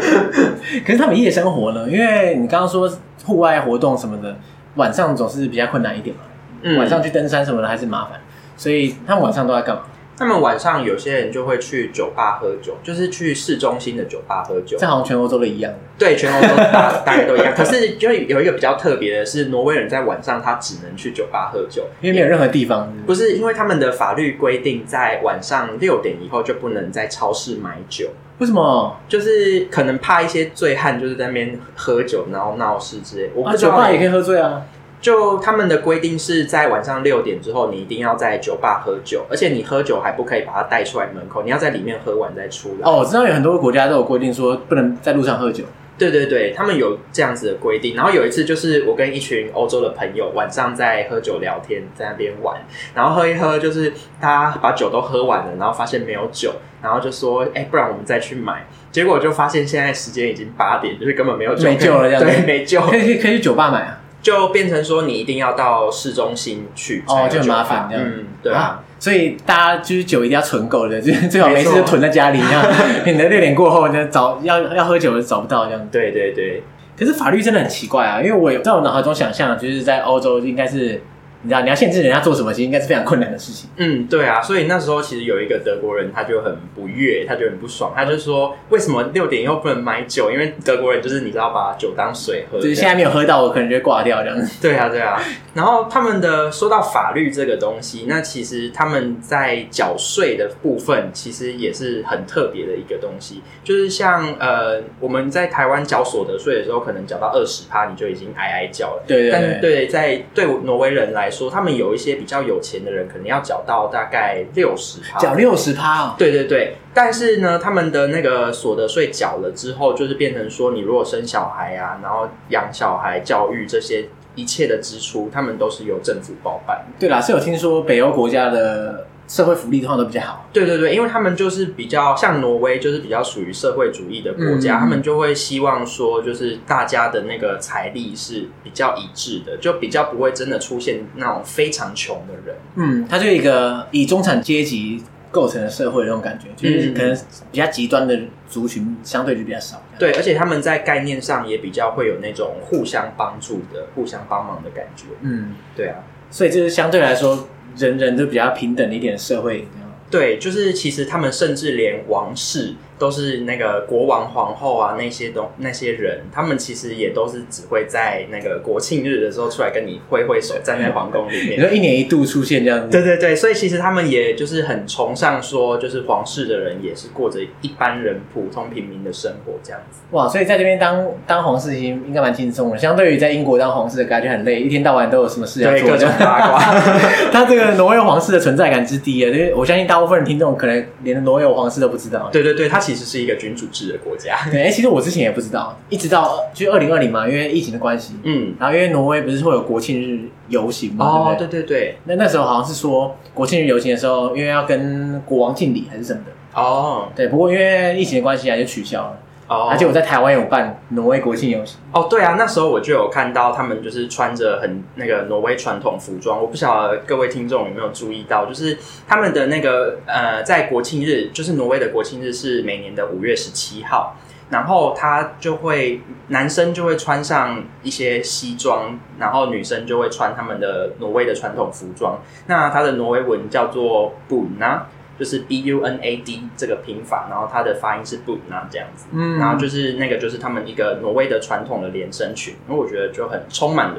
Speaker 1: 可是他们夜生活呢？因为你刚刚说户外活动什么的，晚上总是比较困难一点嘛。
Speaker 2: 嗯
Speaker 1: 晚上去登山什么的还是麻烦，所以他们晚上都在干嘛？
Speaker 2: 他们晚上有些人就会去酒吧喝酒，就是去市中心的酒吧喝酒
Speaker 1: 这。好像全欧洲都一样。
Speaker 2: 对，全欧洲大大概都一样。可是就有一个比较特别的是，挪威人在晚上他只能去酒吧喝酒，
Speaker 1: 因为没有任何地方
Speaker 2: 不是因为他们的法律规定，在晚上六点以后就不能在超市买酒，
Speaker 1: 为什么？
Speaker 2: 就是可能怕一些醉汉就是在那边喝酒然后闹事之类。我
Speaker 1: 啊，
Speaker 2: 不知
Speaker 1: 酒
Speaker 2: 道、
Speaker 1: 吧也可以喝醉啊。
Speaker 2: 就他们的规定是在晚上六点之后，你一定要在酒吧喝酒，而且你喝酒还不可以把它带出来门口，你要在里面喝完再出来。
Speaker 1: 哦，我知道有很多国家都有规定说不能在路上喝酒。
Speaker 2: 对对对，他们有这样子的规定。然后有一次，就是我跟一群欧洲的朋友晚上在喝酒聊天，在那边玩，然后喝一喝，就是大家把酒都喝完了，然后发现没有酒，然后就说：“哎，不然我们再去买。”结果就发现现在时间已经八点，就是根本没有酒，
Speaker 1: 没救了
Speaker 2: <laughs>
Speaker 1: 这样子
Speaker 2: 对，没救，
Speaker 1: 可以去可以去酒吧买啊。
Speaker 2: 就变成说你一定要到市中心去才有
Speaker 1: 哦就很
Speaker 2: 酒
Speaker 1: 麻
Speaker 2: 吧
Speaker 1: 烦这样
Speaker 2: 嗯，对啊。
Speaker 1: 所以大家就是酒一定要存够的，就是最好
Speaker 2: 没
Speaker 1: 没
Speaker 2: 错
Speaker 1: 事就囤在家里，这样 <laughs> 你的六点过后呢，找要要喝酒就找不到这样。
Speaker 2: 对对对，
Speaker 1: 可是法律真的很奇怪啊，因为我也在我脑海中想象，就是在欧洲应该是你知道你要限制人家做什么，其实应该是非常困难的事情。
Speaker 2: 嗯，对啊，所以那时候其实有一个德国人，他就很不悦，他就很不爽，他就说为什么六点又不能买酒？因为德国人就是你知道把酒当水喝，
Speaker 1: 就是现在没有喝到，我可能就会挂掉这样子。
Speaker 2: 对啊，对啊。然后他们的说到法律这个东西，那其实他们在缴税的部分，其实也是很特别的一个东西。就是像呃，我们在台湾缴所得税的时候，可能缴到二十趴，你就已经哀哀叫了。
Speaker 1: <laughs> 对
Speaker 2: 但
Speaker 1: 对对，
Speaker 2: 对，在对挪威人来说，他们有一些比较有钱的人，可能要缴到大概六十趴。
Speaker 1: 缴六十趴哦，
Speaker 2: 对对对，但是呢，他们的那个所得税缴了之后，就是变成说，你如果生小孩啊，然后养小孩、教育这些一切的支出，他们都是由政府包办。
Speaker 1: 对啦，是有听说北欧国家的社会福利通常都比较好，
Speaker 2: 对对对，因为他们就是比较像挪威，就是比较属于社会主义的国家，
Speaker 1: 嗯
Speaker 2: 他们就会希望说，就是大家的那个财力是比较一致的，就比较不会真的出现那种非常穷的人。
Speaker 1: 嗯，它就是一个以中产阶级构成的社会的那种感觉，就是
Speaker 2: 嗯
Speaker 1: 可能比较极端的族群相对就比较少。这样，
Speaker 2: 对，而且他们在概念上也比较会有那种互相帮助的、互相帮忙的感觉。
Speaker 1: 嗯，
Speaker 2: 对啊。
Speaker 1: 所以就是相对来说，人人都比较平等一点的社会。这样
Speaker 2: 对，就是其实他们甚至连王室都是那个国王、皇后啊那些东那些人，他们其实也都是只会在那个国庆日的时候出来跟你挥挥手，站在皇宫里
Speaker 1: 你 <laughs>
Speaker 2: 面。
Speaker 1: 说一年一度出现这样子，
Speaker 2: 对对对，所以其实他们也就是很崇尚说，就是皇室的人也是过着一般人普通平民的生活这样子。
Speaker 1: 哇，所以在这边当当皇室其实应该蛮轻松的，相对于在英国当皇室的感觉很累，一天到晚都有什么事要
Speaker 2: 对
Speaker 1: 啊做。
Speaker 2: 各种八卦，
Speaker 1: <laughs>
Speaker 2: <laughs>
Speaker 1: 他这个挪威皇室的存在感之低啊，就是我相信大部分人听众可能连挪威皇室都不知道。
Speaker 2: 对对对，它其实是一个君主制的国家。
Speaker 1: 对，哎、其实我之前也不知道，一直到就二零二零嘛，因为疫情的关系，
Speaker 2: 嗯，
Speaker 1: 然后因为挪威不是会有国庆日游行嘛，
Speaker 2: 哦，
Speaker 1: 对
Speaker 2: 对
Speaker 1: 不对？
Speaker 2: 对对，
Speaker 1: 那那时候好像是说国庆日游行的时候，因为要跟国王敬礼还是什么的，
Speaker 2: 哦
Speaker 1: 对。不过因为疫情的关系啊，就取消了。
Speaker 2: 哦，
Speaker 1: 而且我在台湾有办挪威国庆游行，
Speaker 2: 哦，对啊，那时候我就有看到他们就是穿着很那个挪威传统服装，我不晓得各位听众有没有注意到，就是他们的那个呃，在国庆日，就是挪威的国庆日是每年的五月十七号，然后他就会男生就会穿上一些西装，然后女生就会穿他们的挪威的传统服装，那它的挪威文叫做 buna，就是 b u n a d 这个拼法，然后它的发音是 buna 这样子。
Speaker 1: 嗯
Speaker 2: 然后就是那个就是他们一个挪威的传统的连身裙，然后我觉得就很充满了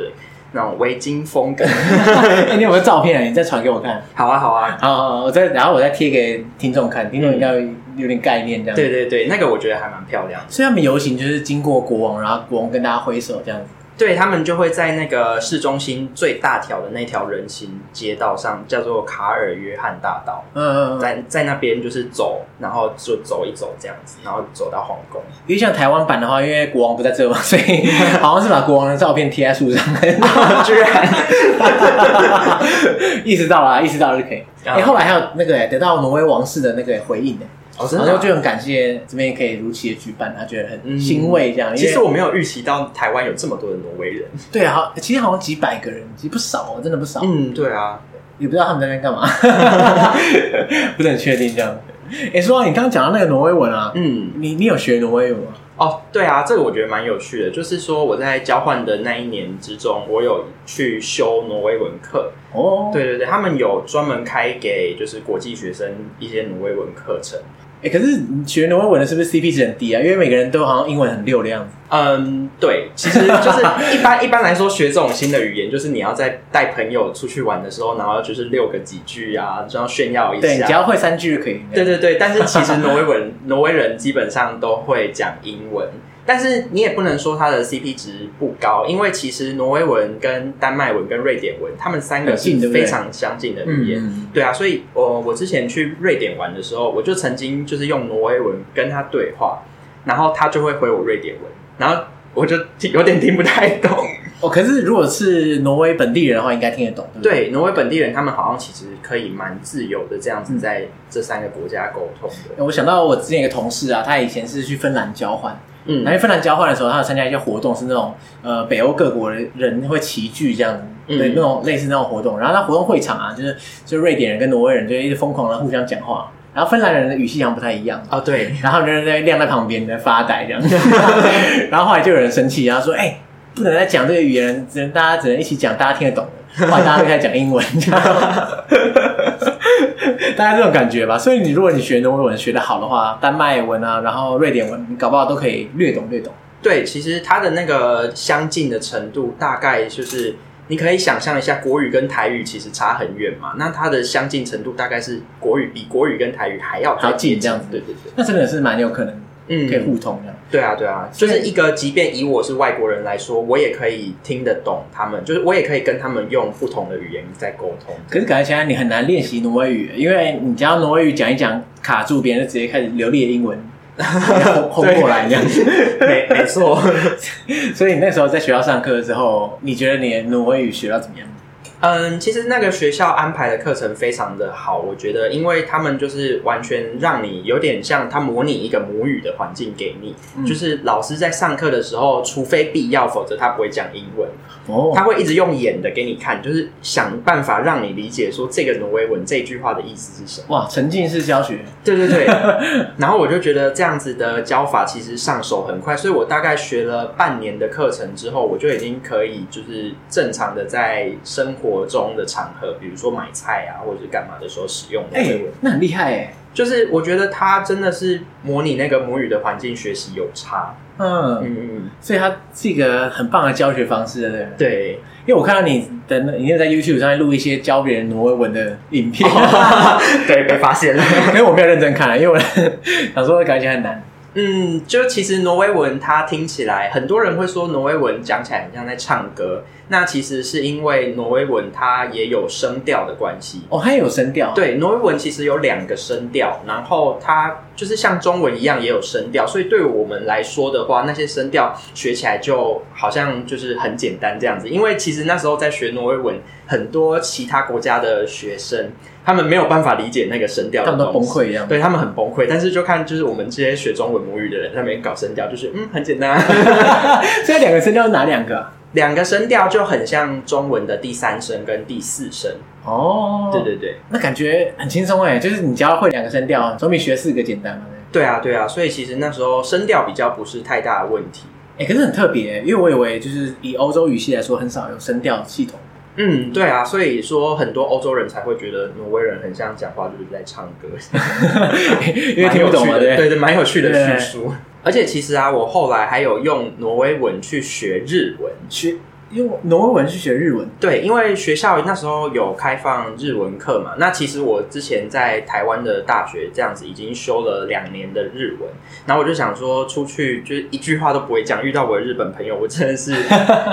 Speaker 2: 那种维京风格。 <laughs>
Speaker 1: <laughs> 哎你有没有照片啊？你再传给我看。
Speaker 2: 好啊，好啊，
Speaker 1: 好好，好我再然后我再贴给听众看，听众应该有点概念这样。
Speaker 2: 对，对对，那个我觉得还蛮漂亮的。
Speaker 1: 所以他们游行就是经过国王，然后国王跟大家挥手这样子。
Speaker 2: 对他们就会在那个市中心最大条的那条人行街道上，叫做卡尔约翰大道，
Speaker 1: 嗯嗯嗯，
Speaker 2: 在在那边就是走，然后就走一走这样子，然后走到皇
Speaker 1: <laughs>
Speaker 2: 宫。
Speaker 1: 因为像台湾版的话，因为国王不在这嘛，所以 <laughs> 好像是把国王的照片贴在树上， <laughs>
Speaker 2: 居然，
Speaker 1: 意识到了，意识到了就可以。哎、
Speaker 2: <laughs> 啊
Speaker 1: 后来还有那个、哎得到挪威王室的那个回应、哎，
Speaker 2: 哦，真
Speaker 1: 然
Speaker 2: 的
Speaker 1: 后
Speaker 2: 啊、
Speaker 1: 就很感谢这边可以如期的举办，他觉得很
Speaker 2: 嗯
Speaker 1: 欣慰这样。因
Speaker 2: 其
Speaker 1: 为
Speaker 2: 实我没有预期到台湾有这么多的挪威人。
Speaker 1: 对啊，好其实好像几百个人，其实不少、哦，真的不少。
Speaker 2: 嗯，对啊，
Speaker 1: 也不知道他们在那边 <laughs> 干嘛，不是很确定这样。哎、说到你刚刚讲到那个挪威文啊，
Speaker 2: 嗯，
Speaker 1: 你你有学挪威文吗？
Speaker 2: 哦，对啊，这个我觉得蛮有趣的，就是说我在交换的那一年之中，我有去修挪威文课。
Speaker 1: 哦，，
Speaker 2: 对对对，他们有专门开给就是国际学生一些挪威文课程。
Speaker 1: 哎、可是你学挪威文的是不是 CP 值很低啊？因为每个人都好像英文很溜的样子。
Speaker 2: 嗯，对，其实就是一般 <laughs> 一般来说学这种新的语言，就是你要在带朋友出去玩的时候，然后就是溜个几句啊，这样炫耀一
Speaker 1: 对，你只
Speaker 2: 下。
Speaker 1: 要会三句就可以。
Speaker 2: 对对对，但是其实挪威文 <laughs> 挪威人基本上都会讲英文，但是你也不能说它的 CP 值不高，因为其实挪威文跟丹麦文跟瑞典文，他们三个
Speaker 1: 很近对
Speaker 2: 是
Speaker 1: 不对
Speaker 2: 非常相近的语言。
Speaker 1: 嗯，
Speaker 2: 对啊，所以我我之前去瑞典玩的时候，我就曾经就是用挪威文跟他对话，然后他就会回我瑞典文，然后我就听有点听不太懂。
Speaker 1: 哦，可是如果是挪威本地人的话，应该听得懂，对不对？
Speaker 2: 对，挪威本地人他们好像其实可以蛮自由的这样子在这三个国家沟通的。
Speaker 1: 诶我想到我之前一个同事啊，他以前是去芬兰交换，
Speaker 2: 嗯
Speaker 1: 然后去芬兰交换的时候，他有参加一些活动，是那种呃北欧各国的人会齐聚这样子，
Speaker 2: 嗯
Speaker 1: 对，那种类似那种活动。然后他活动会场啊，就是就瑞典人跟挪威人就一直疯狂的互相讲话，然后芬兰人的语气好像不太一样，
Speaker 2: 啊、对，
Speaker 1: 然后他们就在那边晾在旁边在发呆这样。 <laughs> 然后后来就有人生气，然后说：“哎、不能再讲这个语言，只能大家只能一起讲，大家听得懂的。”后来大家都开始讲英文，这样 <laughs> 大家这种感觉吧。所以你如果你学挪威文学的好的话，丹麦文啊，然后瑞典文，你搞不好都可以略懂略懂。
Speaker 2: 对，其实它的那个相近的程度，大概就是你可以想象一下，国语跟台语其实差很远嘛。那它的相近程度大概是国语比国语跟台语还要
Speaker 1: 还
Speaker 2: 再
Speaker 1: 要近这样子
Speaker 2: 对对对，
Speaker 1: 那真的是蛮有可能
Speaker 2: 嗯，
Speaker 1: 可以互通的。
Speaker 2: 对啊，对啊，就是一个，即便以我是外国人来说，我也可以听得懂他们，就是我也可以跟他们用不同的语言在沟
Speaker 1: <laughs>
Speaker 2: 通。
Speaker 1: 可是感觉起来你很难练习挪威语，因为你只要挪威语讲一讲卡住，别人就直接开始流利的英文轰轰过来这样子。
Speaker 2: 没没错，
Speaker 1: 所以你那时候在学校上课的时候，你觉得你的挪威语学到怎么样？
Speaker 2: 嗯，其实那个学校安排的课程非常的好，我觉得，因为他们就是完全让你有点像他模拟一个母语的环境给你，
Speaker 1: 嗯
Speaker 2: 就是老师在上课的时候，除非必要，否则他不会讲英文，
Speaker 1: 哦
Speaker 2: 他会一直用演的给你看，就是想办法让你理解说这个挪威文这句话的意思是什么。
Speaker 1: 哇，沉浸式教学，
Speaker 2: 对
Speaker 1: <laughs>
Speaker 2: 对对，然后我就觉得这样子的教法其实上手很快，所以我大概学了半年的课程之后，我就已经可以就是正常的在生活中的场合，比如说买菜啊或者是干嘛的时候使用的
Speaker 1: 哎、
Speaker 2: 这个。
Speaker 1: 那很厉害哎、
Speaker 2: 就是我觉得它真的是模拟那个母语的环境学习有差。
Speaker 1: 嗯，
Speaker 2: 嗯嗯，
Speaker 1: 所以它是一个很棒的教学方式，对不对？
Speaker 2: 对，
Speaker 1: 因为我看到你的那，你也在 YouTube 上面录一些教别人挪威文的影
Speaker 2: <laughs>
Speaker 1: 片，
Speaker 2: <laughs> 对，被发
Speaker 1: <laughs>
Speaker 2: 现了。 <laughs>
Speaker 1: 可是我没有认真看，因为我 <laughs> 想说感觉很难。
Speaker 2: 嗯，就其实挪威文它听起来，很多人会说挪威文讲起来很像在唱歌，那其实是因为挪威文它也有声调的关系。
Speaker 1: 哦，它也有声调，，
Speaker 2: 对，挪威文其实有两个声调，然后它就是像中文一样也有声调，所以对我们来说的话，那些声调学起来就好像就是很简单这样子。因为其实那时候在学挪威文，很多其他国家的学生他们没有办法理解那个声调，
Speaker 1: 他们都崩。溃一样。
Speaker 2: 对他们很崩溃，但是就看就是我们这些学中文母语的人在那边搞声调，就是嗯很简单啊， <laughs>
Speaker 1: 所以两个声调是哪两个啊、
Speaker 2: 两个声调就很像中文的第三声跟第四声，
Speaker 1: 哦，
Speaker 2: 对，对对，
Speaker 1: 那感觉很轻松哎，就是你只要会两个声调，总比学四个简单嘛。对不对
Speaker 2: 对啊对啊，所以其实那时候声调比较不是太大的问题，
Speaker 1: 哎、可是很特别、因为我以为就是以欧洲语系来说，很少有声调系统。 <laughs>
Speaker 2: 嗯，对啊，所以说很多欧洲人才会觉得挪威人很像讲话就是在唱歌，
Speaker 1: <laughs> 因为听不懂嘛，
Speaker 2: <laughs> 蛮有
Speaker 1: 对
Speaker 2: 趣的
Speaker 1: 不
Speaker 2: 对
Speaker 1: 对？
Speaker 2: 对，蛮有趣的
Speaker 1: 对
Speaker 2: 叙述。而且其实啊，我后来还有用挪威文去学日文。
Speaker 1: 学用挪威文去学日文，
Speaker 2: 对，因为学校那时候有开放日文课嘛，那其实我之前在台湾的大学这样子已经修了两年的日文，然后我就想说出去就是一句话都不会讲，遇到我的日本朋友，我真的是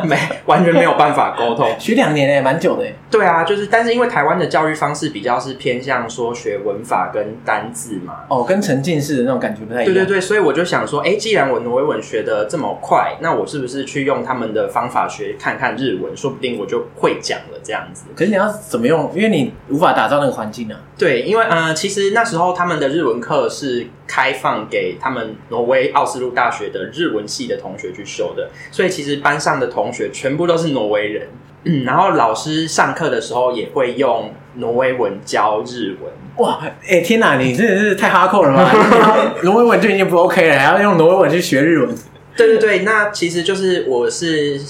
Speaker 2: 没完全没有办法沟通。
Speaker 1: 学两年哎、蛮久的哎、
Speaker 2: 对啊，就是，但是因为台湾的教育方式比较是偏向说学文法跟单字嘛，
Speaker 1: 哦，跟沉浸式的那种感觉不太一
Speaker 2: 对
Speaker 1: 样。
Speaker 2: 对对，所以我就想说，哎，既然我挪威文学的这么快，那我是不是去用他们的方法学看看日文，说不定我就会讲了这样子。
Speaker 1: 可是你要怎么用？因为你无法打造那个环境啊。
Speaker 2: 对，因为呃，其实那时候他们的日文课是开放给他们挪威奥斯陆大学的日文系的同学去修的，所以其实班上的同学全部都是挪威人。嗯，然后老师上课的时候也会用挪威文教日文。
Speaker 1: 哇，哎、天哪，你真的是太哈扣了吧？ <laughs> 挪威文就已经不 OK 了，还要用挪威文去学日文。
Speaker 2: 对对对，那其实就是我是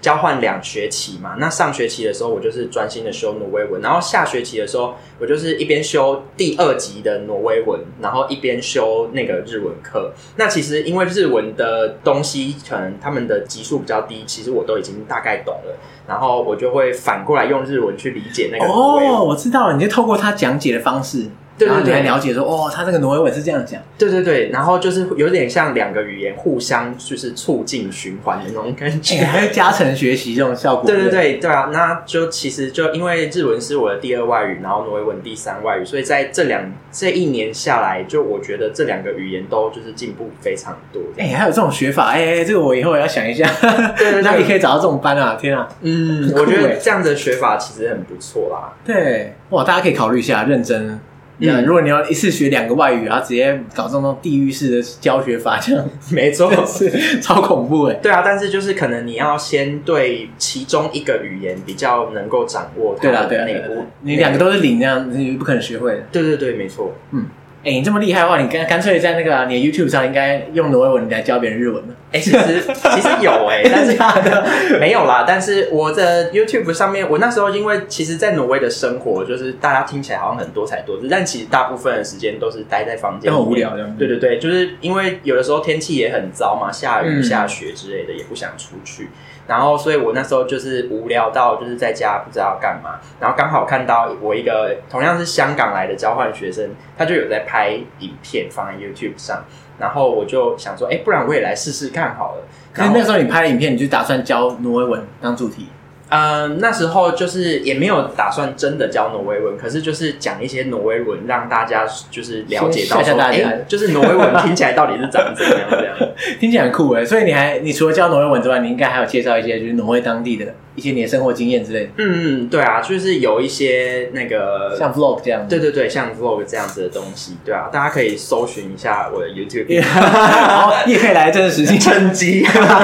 Speaker 2: 交换两学期嘛。那上学期的时候，我就是专心的修挪威文，然后下学期的时候，我就是一边修第二级的挪威文，然后一边修那个日文课。那其实因为日文的东西，可能他们的级数比较低，其实我都已经大概懂了。然后我就会反过来用日文去理解那个挪威文。
Speaker 1: 哦，我知道了，你就透过他讲解的方式，
Speaker 2: 对对
Speaker 1: 然后你
Speaker 2: 对
Speaker 1: 来了解说，哦，他这个挪威文是这样
Speaker 2: <laughs>
Speaker 1: 讲。
Speaker 2: 对对对，然后就是有点像两个语言互相就是促进循环的那种感觉。
Speaker 1: 哎、还有加成学习这种效果。
Speaker 2: 对
Speaker 1: 不
Speaker 2: 对对对啊，那就其实就因为日文是我的第二外语，然后挪威文第三外语，所以在这两这一年下来，就我觉得这两个语言都就是进步非常多。
Speaker 1: 哎、还有这种学法，哎、哎这个我以后也要想 <laughs> 一下。
Speaker 2: 对对
Speaker 1: 那你
Speaker 2: 对，
Speaker 1: 可以找到这种班啊！天啊，
Speaker 2: 嗯，
Speaker 1: 酷
Speaker 2: 我觉得
Speaker 1: 欸
Speaker 2: 这样的学法其实很不错
Speaker 1: <laughs>
Speaker 2: 啦。
Speaker 1: 对，哇，大家可以考虑一下，认真。嗯，
Speaker 2: 嗯
Speaker 1: 如果你要一次学两个外语，然后直接搞这种地狱式的教学法，这 <laughs> 样
Speaker 2: 没错，
Speaker 1: 是超恐怖哎。
Speaker 2: 对啊，但是就是可能你要先对其中一个语言比较能够掌握它
Speaker 1: 对啦，啊
Speaker 2: 的
Speaker 1: 对啦，
Speaker 2: 内
Speaker 1: 对啦
Speaker 2: 部，
Speaker 1: 你两个都是零，那样你不可能学会的。
Speaker 2: 对对对，没错。
Speaker 1: 嗯，哎、你这么厉害的话，你干干脆在那个啊、你的 YouTube 上应该用挪威文来教别人日 <laughs> 文了。
Speaker 2: 哎、其实其实有哎、
Speaker 1: <laughs>
Speaker 2: 但是
Speaker 1: 假的？
Speaker 2: <laughs> 没有啦。但是我的 YouTube 上面，我那时候因为其实，在挪威的生活，就是大家听起来好像很多才多姿，但其实大部分的时间都是待在房间，
Speaker 1: 都很无聊这样子
Speaker 2: 对对对，就是因为有的时候天气也很糟嘛，下雨、
Speaker 1: 嗯
Speaker 2: 下雪之类的，也不想出去。然后，所以我那时候就是无聊到就是在家不知道干嘛，然后刚好看到我一个同样是香港来的交换学生，他就有在拍影片放在 YouTube 上，然后我就想说，哎，不然我也来试试看好了。
Speaker 1: <laughs> 可
Speaker 2: 然
Speaker 1: 是
Speaker 2: 后
Speaker 1: 那时候你拍的影片，你就打算教挪威文当主题，
Speaker 2: 呃，那时候就是也没有打算真的教挪威文，可是就是讲一些挪威文，让大家就是了解
Speaker 1: 先吓
Speaker 2: 到
Speaker 1: 吓
Speaker 2: 说，
Speaker 1: 大家
Speaker 2: 诶就是挪威文听起来到底是长怎么样这样。
Speaker 1: 听起来很酷哎。所以你还你除了教挪威文之外，你应该还有介绍一些就是挪威当地的一些你的生活经验之类的，
Speaker 2: 嗯，嗯，对啊，就是有一些那个，
Speaker 1: 像 Vlog 这样 <laughs> 子。
Speaker 2: 对对对，像 vlog 这样子的东西，对啊，大家可以搜寻一下我的 YouTube，
Speaker 1: 然后也可以来真实性，
Speaker 2: 趁机。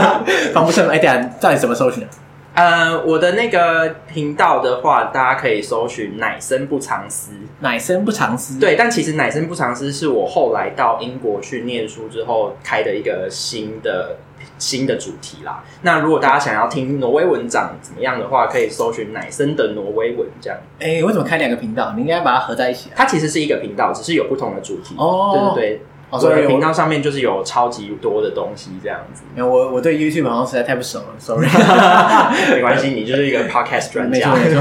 Speaker 1: <laughs> 防不胜防。哎，等一下到底怎么搜 <laughs> 寻啊？
Speaker 2: 呃，我的那个频道的话，大家可以搜寻“奶生不藏私”。
Speaker 1: 乃生不藏私。，
Speaker 2: 对，但其实奶生不藏私是我后来到英国去念书之后开的一个新的新的主题啦。那如果大家想要听挪威文长怎么样的话，可以搜寻奶生的挪威文这样。
Speaker 1: 哎，为什么开两个频道？你应该把它合在一起啊。
Speaker 2: 它其实是一个频道，只是有不同的主题。
Speaker 1: 哦
Speaker 2: 对对对。
Speaker 1: 哦
Speaker 2: 所以我的
Speaker 1: sorry，我
Speaker 2: 频道上面就是有超级多的东西，这样
Speaker 1: <laughs>
Speaker 2: 子
Speaker 1: 没有我我对 YouTube 好像实在太不熟了，sorry。
Speaker 2: 没关系，你就是一个 podcast
Speaker 1: <laughs>
Speaker 2: 专
Speaker 1: 没 <laughs>
Speaker 2: 家
Speaker 1: 错。没错。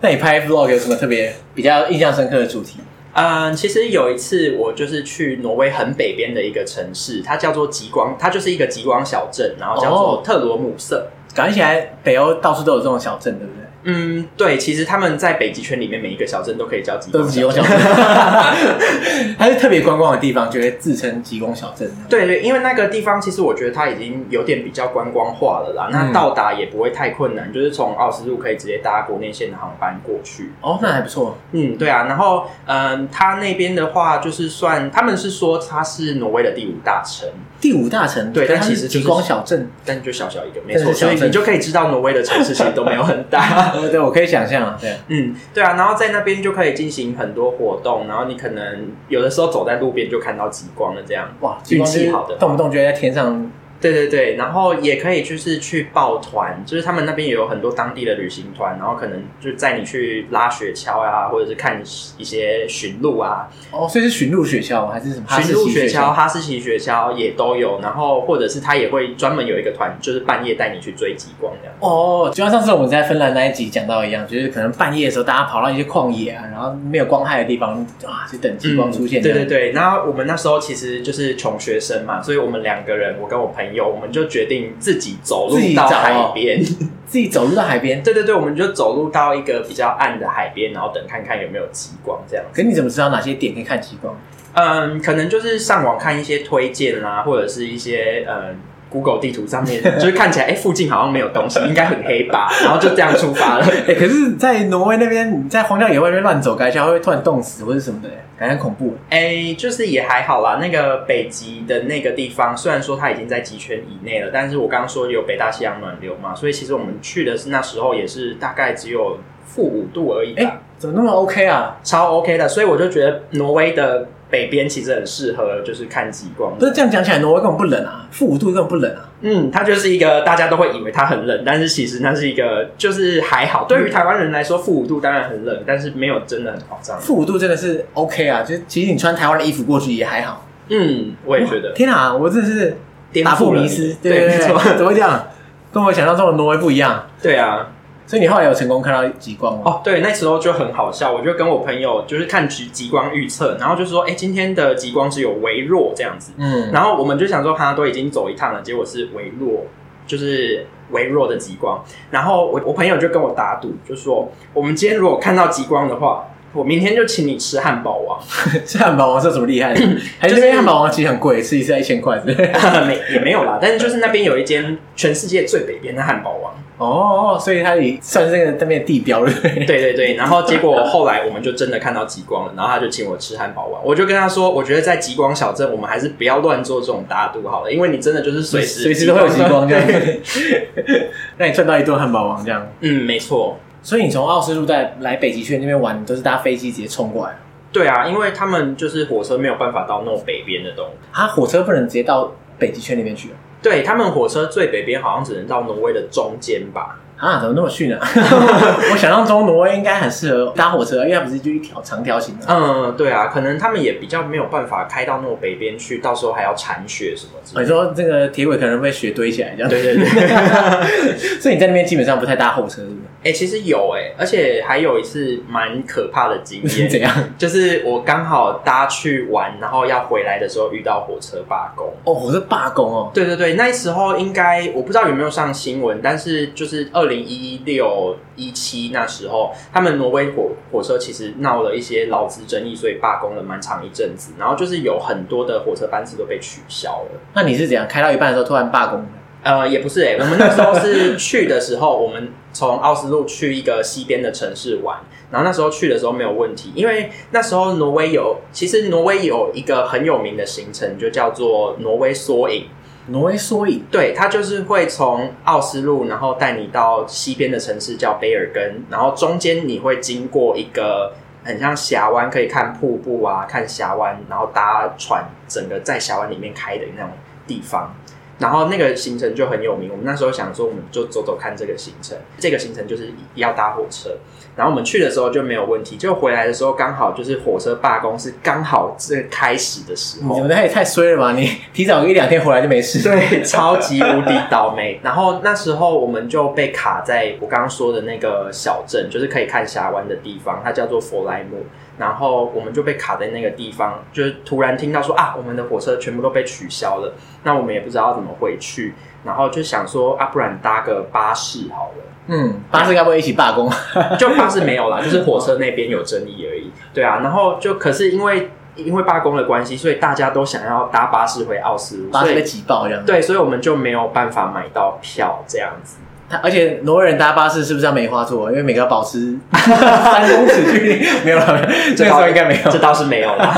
Speaker 1: 那你拍 vlog 有什么特别比较印象深刻的主题？
Speaker 2: 嗯，其实有一次我就是去挪威很北边的一个城市，它叫做极光，它就是一个极光小镇，然后叫做
Speaker 1: 哦
Speaker 2: 特罗姆瑟。
Speaker 1: 感觉起来北欧到处都有这种小镇，对不对？
Speaker 2: 嗯，对，其实他们在北极圈里面每一个小镇都可以叫极
Speaker 1: 都
Speaker 2: 光
Speaker 1: 是
Speaker 2: 小
Speaker 1: 极光小 <laughs> 镇，它是特别观光的地方，就会自称极光小镇。
Speaker 2: 对对，因为那个地方其实我觉得它已经有点比较观光化了啦，那
Speaker 1: 嗯
Speaker 2: 到达也不会太困难，就是从奥斯陆可以直接搭国内线的航班过去。
Speaker 1: 哦，那还不错。
Speaker 2: 嗯，对啊，然后嗯，它那边的话就是算他们是说它是挪威的第五大城，
Speaker 1: 第五大城，
Speaker 2: 对
Speaker 1: 可是
Speaker 2: 但
Speaker 1: 它
Speaker 2: 其
Speaker 1: 是
Speaker 2: 实
Speaker 1: 极
Speaker 2: 就是
Speaker 1: 光小镇。
Speaker 2: 但就小小一个，没
Speaker 1: 但是
Speaker 2: 错，所以
Speaker 1: 小镇
Speaker 2: 你就可以知道挪威的城市其实都没有很
Speaker 1: <laughs>
Speaker 2: 大。
Speaker 1: 呃，对，我可以想象啊，对啊，
Speaker 2: 嗯，对啊，然后在那边就可以进行很多活动，然后你可能有的时候走在路边就看到极光了，这样。
Speaker 1: 哇，极
Speaker 2: 运
Speaker 1: 光就是
Speaker 2: 气好的话
Speaker 1: 动不动就会在天上。
Speaker 2: 对对对，然后也可以就是去抱团，就是他们那边也有很多当地的旅行团，然后可能就载你去拉雪橇啊，或者是看一些驯鹿啊，
Speaker 1: 哦，所以是驯鹿雪橇吗还是什么？哈士
Speaker 2: 驯
Speaker 1: 奇
Speaker 2: 鹿雪橇、哈士奇雪橇也都有，然后或者是他也会专门有一个团，就是半夜带你去追极光这样。
Speaker 1: 哦，就像上次我们在芬兰那一集讲到一样，就是可能半夜的时候，大家跑到一些旷野啊，然后没有光害的地方啊，就等极光出现、
Speaker 2: 嗯对对，对，然后我们那时候其实就是穷学生嘛，所以我们两个人，我跟我朋友，我们就决定自己走
Speaker 1: 自己
Speaker 2: 路
Speaker 1: 找
Speaker 2: 到
Speaker 1: 哦
Speaker 2: 海边。 <laughs>
Speaker 1: 自己走路到海边。
Speaker 2: 对对对，我们就走路到一个比较暗的海边，然后等看看有没有极光这样。
Speaker 1: 可你怎么知道哪些点可以看极光？
Speaker 2: 嗯，可能就是上网看一些推荐啦、或者是一些呃 Google 地图上
Speaker 1: <laughs>
Speaker 2: 面，就是看起来哎、诶附近好像没有东西，应该很黑吧，然后就这样出发了。
Speaker 1: <laughs> 哎、可是，在挪威那边，你在荒郊野外那边乱走，感觉会突然冻死或者什么的，感觉很恐怖。
Speaker 2: 哎、就是也还好啦。那个北极的那个地方，虽然说它已经在极圈以内了，但是我刚刚说有北大西洋暖流嘛，所以其实我们去的是那时候也是大概只有负五度而已吧，
Speaker 1: 哎、怎么那么 OK 啊？
Speaker 2: 超 OK 的。所以我就觉得挪威的北边其实很适合，就是看极光。
Speaker 1: 不是这样讲起来，挪威根本不冷啊，负五度根本不冷啊。
Speaker 2: 嗯，它就是一个大家都会以为它很冷，但是其实那是一个就是还好。
Speaker 1: 嗯
Speaker 2: 对于台湾人来说，负五度当然很冷，但是没有真的很夸张。
Speaker 1: 负五度真的是 OK 啊，就是其实你穿台湾的衣服过去也还好。
Speaker 2: 嗯，我也觉得
Speaker 1: 天哪，我真的是
Speaker 2: 颠
Speaker 1: 打破
Speaker 2: 覆了
Speaker 1: 迷
Speaker 2: 你
Speaker 1: 思，
Speaker 2: 对，
Speaker 1: 对
Speaker 2: 没错，
Speaker 1: <laughs> 对，怎么会这样？跟我想象中的挪威不一样。
Speaker 2: 对啊。
Speaker 1: 所以你后来有成功看到极光吗？
Speaker 2: 哦，对，那时候就很好笑，我就跟我朋友就是看极极光预测，然后就说，哎，今天的极光只有微弱这样子，
Speaker 1: 嗯， <laughs>
Speaker 2: 然后我们就想说，哈，都已经走一趟了，结果是微弱，就是微弱的极光。然后我我朋友就跟我打赌，就说我们今天如果看到极光的话，我明天就请你吃汉堡王， <laughs>
Speaker 1: 吃汉堡王是有什么厉 <coughs> 害的？还是那边汉堡王其实很贵，吃一次要一千块之类的。
Speaker 2: 没也没有啦，但是就是那边有一间全世界最北边的汉堡王。
Speaker 1: 哦，所以它也算是那个那边的地标了。对不对
Speaker 2: <laughs> 对对对，然后结果后来我们就真的看到极光了，然后他就请我吃汉堡王，我就跟他说，我觉得在极光小镇，我们还是不要乱做这种打赌好了，因为你真的就是随时
Speaker 1: 随时都会有极光这样
Speaker 2: 对，
Speaker 1: <laughs> 那你赚到一顿汉堡王这样。
Speaker 2: <laughs> 嗯，没错，
Speaker 1: 所以你从奥斯陆在来北极圈那边玩，你都是搭飞机直接冲过来。
Speaker 2: 对啊，因为他们就是火车没有办法到那种北边的东西，
Speaker 1: 啊，火车不能直接到北极圈那边去啊
Speaker 2: 对他们火车最北边好像只能到挪威的中间吧？
Speaker 1: 啊？怎么那么 <laughs> 逊啊？我想象中挪威应该很适合搭火车，因为它不是就一条长条形的。
Speaker 2: 嗯，对啊，可能他们也比较没有办法开到那种北边去，到时候还要铲雪什么之
Speaker 1: 哦你
Speaker 2: 类的。
Speaker 1: 说这个铁轨可能被雪堆起来这样， <laughs>
Speaker 2: 对对对，
Speaker 1: 所以你在那边基本上不太搭火车，是不
Speaker 2: 哎、其实有哎、而且还有一次蛮可怕的经 <laughs>
Speaker 1: 是？<laughs>
Speaker 2: 验，
Speaker 1: 怎样？
Speaker 2: 就是我刚好搭去玩，然后要回来的时候遇到火车罢工。
Speaker 1: 哦，火车罢工哦，
Speaker 2: 对对对，那时候应该我不知道有没有上新闻，但是就是二零一六一七那时候，他们挪威火火车其实闹了一些劳资争议，所以罢工了蛮长一阵子，然后就是有很多的火车班次都被取消了。
Speaker 1: 那你是怎样开到一半的时候突然罢工的？
Speaker 2: 呃，也不是哎、我们那时候是去的时候，我们从奥斯陆去一个西边的城市玩，然后那时候去的时候没有问题，因为那时候挪威有，其实挪威有一个很有名的行程，就叫做挪威缩影。
Speaker 1: 挪威缩影
Speaker 2: 对，它就是会从奥斯陆，然后带你到西边的城市叫卑尔根，然后中间你会经过一个很像峡湾，可以看瀑布啊，看峡湾，然后搭船，整个在峡湾里面开的那种地方。然后那个行程就很有名，我们那时候想说，我们就走走看这个行程。这个行程就是要搭火车，然后我们去的时候就没有问题，就回来的时候刚好就是火车罢工是刚好这开始的时
Speaker 1: 你
Speaker 2: 候，
Speaker 1: 们那也太衰了吧！你提早一两天回来就没 <laughs> 事。
Speaker 2: 对，超级无敌倒霉。然后那时候我们就被卡在我刚刚说的那个小镇，就是可以看峡湾的地方，它叫做佛莱姆。然后我们就被卡在那个地方，就是突然听到说啊，我们的火车全部都被取消了，那我们也不知道怎么回去，然后就想说啊，不然搭个巴士好了。
Speaker 1: 嗯，巴士该不会一起罢
Speaker 2: <laughs>
Speaker 1: 工？
Speaker 2: 就巴士没有啦，就是火车那边有争议而已。对啊，然后就可是因为因为罢工的关系，所以大家都想要搭巴士回奥斯陆，
Speaker 1: 巴
Speaker 2: 所
Speaker 1: 士
Speaker 2: 以
Speaker 1: 被挤爆这样。，
Speaker 2: 对，所以我们就没有办法买到票这样子。
Speaker 1: 他而且挪威人搭巴士是不是要梅花座？因为每个要保
Speaker 2: <laughs>
Speaker 1: 持三公尺距离， <laughs> 没有了，没有那个时候应该没有
Speaker 2: 这。倒是没有啦。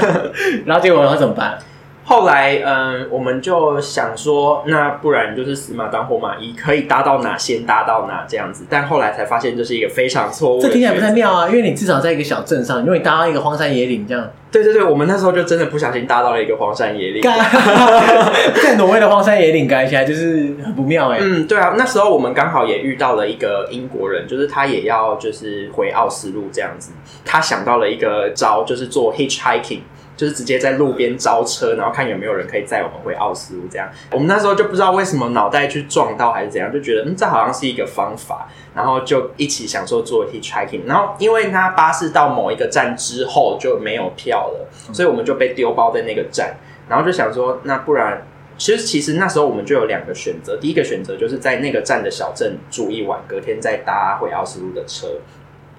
Speaker 1: <laughs> 然后结果要怎么
Speaker 2: <laughs>
Speaker 1: 办？
Speaker 2: 后来，嗯、我们就想说，那不然就是死马当活马医，可以搭到哪先搭到哪这样子。但后来才发现，这是一个非常错误
Speaker 1: 这
Speaker 2: 的
Speaker 1: 听起来不
Speaker 2: 决
Speaker 1: 太
Speaker 2: 定。
Speaker 1: 妙啊，因为你至少在一个小镇上，如果你搭到一个荒山野岭这
Speaker 2: <laughs>
Speaker 1: 样，
Speaker 2: 对对对，我们那时候就真的不小心搭到了一个荒山野岭。
Speaker 1: 干 <laughs> 在挪威的荒山野岭改起来就是很不妙哎、
Speaker 2: 嗯嗯，对啊，那时候我们刚好也遇到了一个英国人，就是他也要就是回奥斯陆这样子，他想到了一个招，就是做 hitchhiking。就是直接在路边招车，然后看有没有人可以载我们回奥斯陆这样。我们那时候就不知道为什么脑袋去撞到还是怎样，就觉得嗯，这好像是一个方法，然后就一起想说做 hitchhiking。然后因为他巴士到某一个站之后就没有票了，所以我们就被丢包在那个站。然后就想说，那不然，其实其实那时候我们就有两个选择，第一个选择就是在那个站的小镇住一晚，隔天再搭回奥斯陆的车。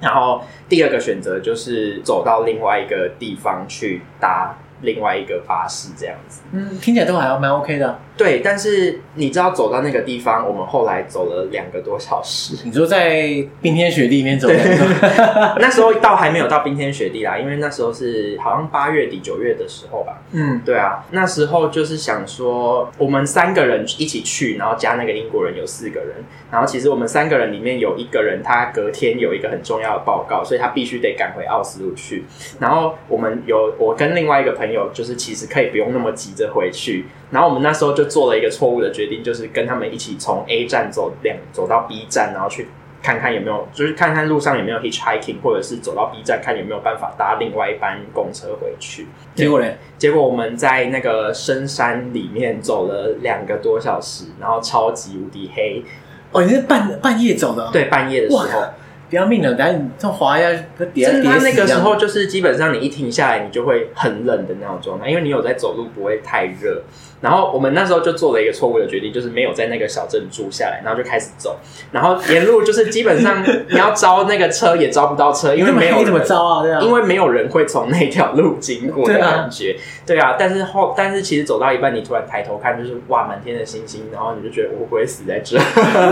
Speaker 2: 然后第二个选择就是走到另外一个地方去搭另外一个巴士这样子。
Speaker 1: 嗯，听起来都还蛮 OK 的啊、
Speaker 2: 对，但是你知道走到那个地方，我们后来走了两个多小时。
Speaker 1: 你说在冰天雪地里面走两个，
Speaker 2: 那时候倒还没有到冰天雪地啦，因为那时候是好像八月底九月的时候吧。
Speaker 1: <laughs> 嗯，
Speaker 2: 对啊，那时候就是想说，我们三个人一起去，然后加那个英国人有四个人，然后其实我们三个人里面有一个人他隔天有一个很重要的报告，所以他必须得赶回奥斯陆去。然后我们有我跟另外一个朋友，就是其实可以不用那么急着回去。然后我们那时候就做了一个错误的决定，就是跟他们一起从 A 站走两走到 B 站，然后去。看看有没有，就是看看路上有没有 hitchhiking，或者是走到 B 站看有没有办法搭另外一班公车回去。
Speaker 1: 结果嘞，
Speaker 2: 结果我们在那个深山里面走了两个多小时，然后超级无敌黑，
Speaker 1: 哦，你是半半夜走的、哦，，
Speaker 2: 对，半夜的时候，
Speaker 1: 不要命了，等下你这滑一下，就跌
Speaker 2: 真的，
Speaker 1: 跌
Speaker 2: 它
Speaker 1: 死
Speaker 2: 那
Speaker 1: 这
Speaker 2: 个时
Speaker 1: 样
Speaker 2: 候就是基本上你一停下来，你就会很冷的那种状态，因为你有在走路，不会太热。然后我们那时候就做了一个错误的决定，就是没有在那个小镇住下来，然后就开始走，然后沿路就是基本上你要招那个车也招不到车，因
Speaker 1: 你
Speaker 2: 为
Speaker 1: 这么
Speaker 2: 没有
Speaker 1: 黑怎么
Speaker 2: 人
Speaker 1: 招啊？对啊，
Speaker 2: 因为没有人会从那条路经过的
Speaker 1: 对啊
Speaker 2: 感觉，对啊。但是后，但是其实走到一半，你突然抬头看，就是哇，满天的星星，然后你就觉得我会不会死在这？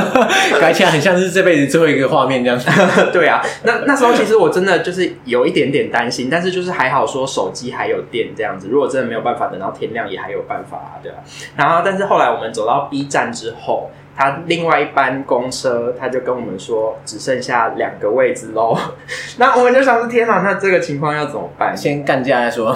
Speaker 2: <laughs>
Speaker 1: 改起来很像是这辈子最后一个画面这样子。
Speaker 2: 对啊，那那时候其实我真的就是有一点点担心，但是就是还好说手机还有电这样子。如果真的没有办法等到天亮，也还有办法、啊，对吧、然后，但是后来我们走到 B 站之后，他另外一班公车他就跟我们说只剩下两个位置喽。 <laughs> 那我们就想说，天哪，那这个情况要怎么办？
Speaker 1: <laughs> 先干架再
Speaker 2: <laughs>
Speaker 1: 说。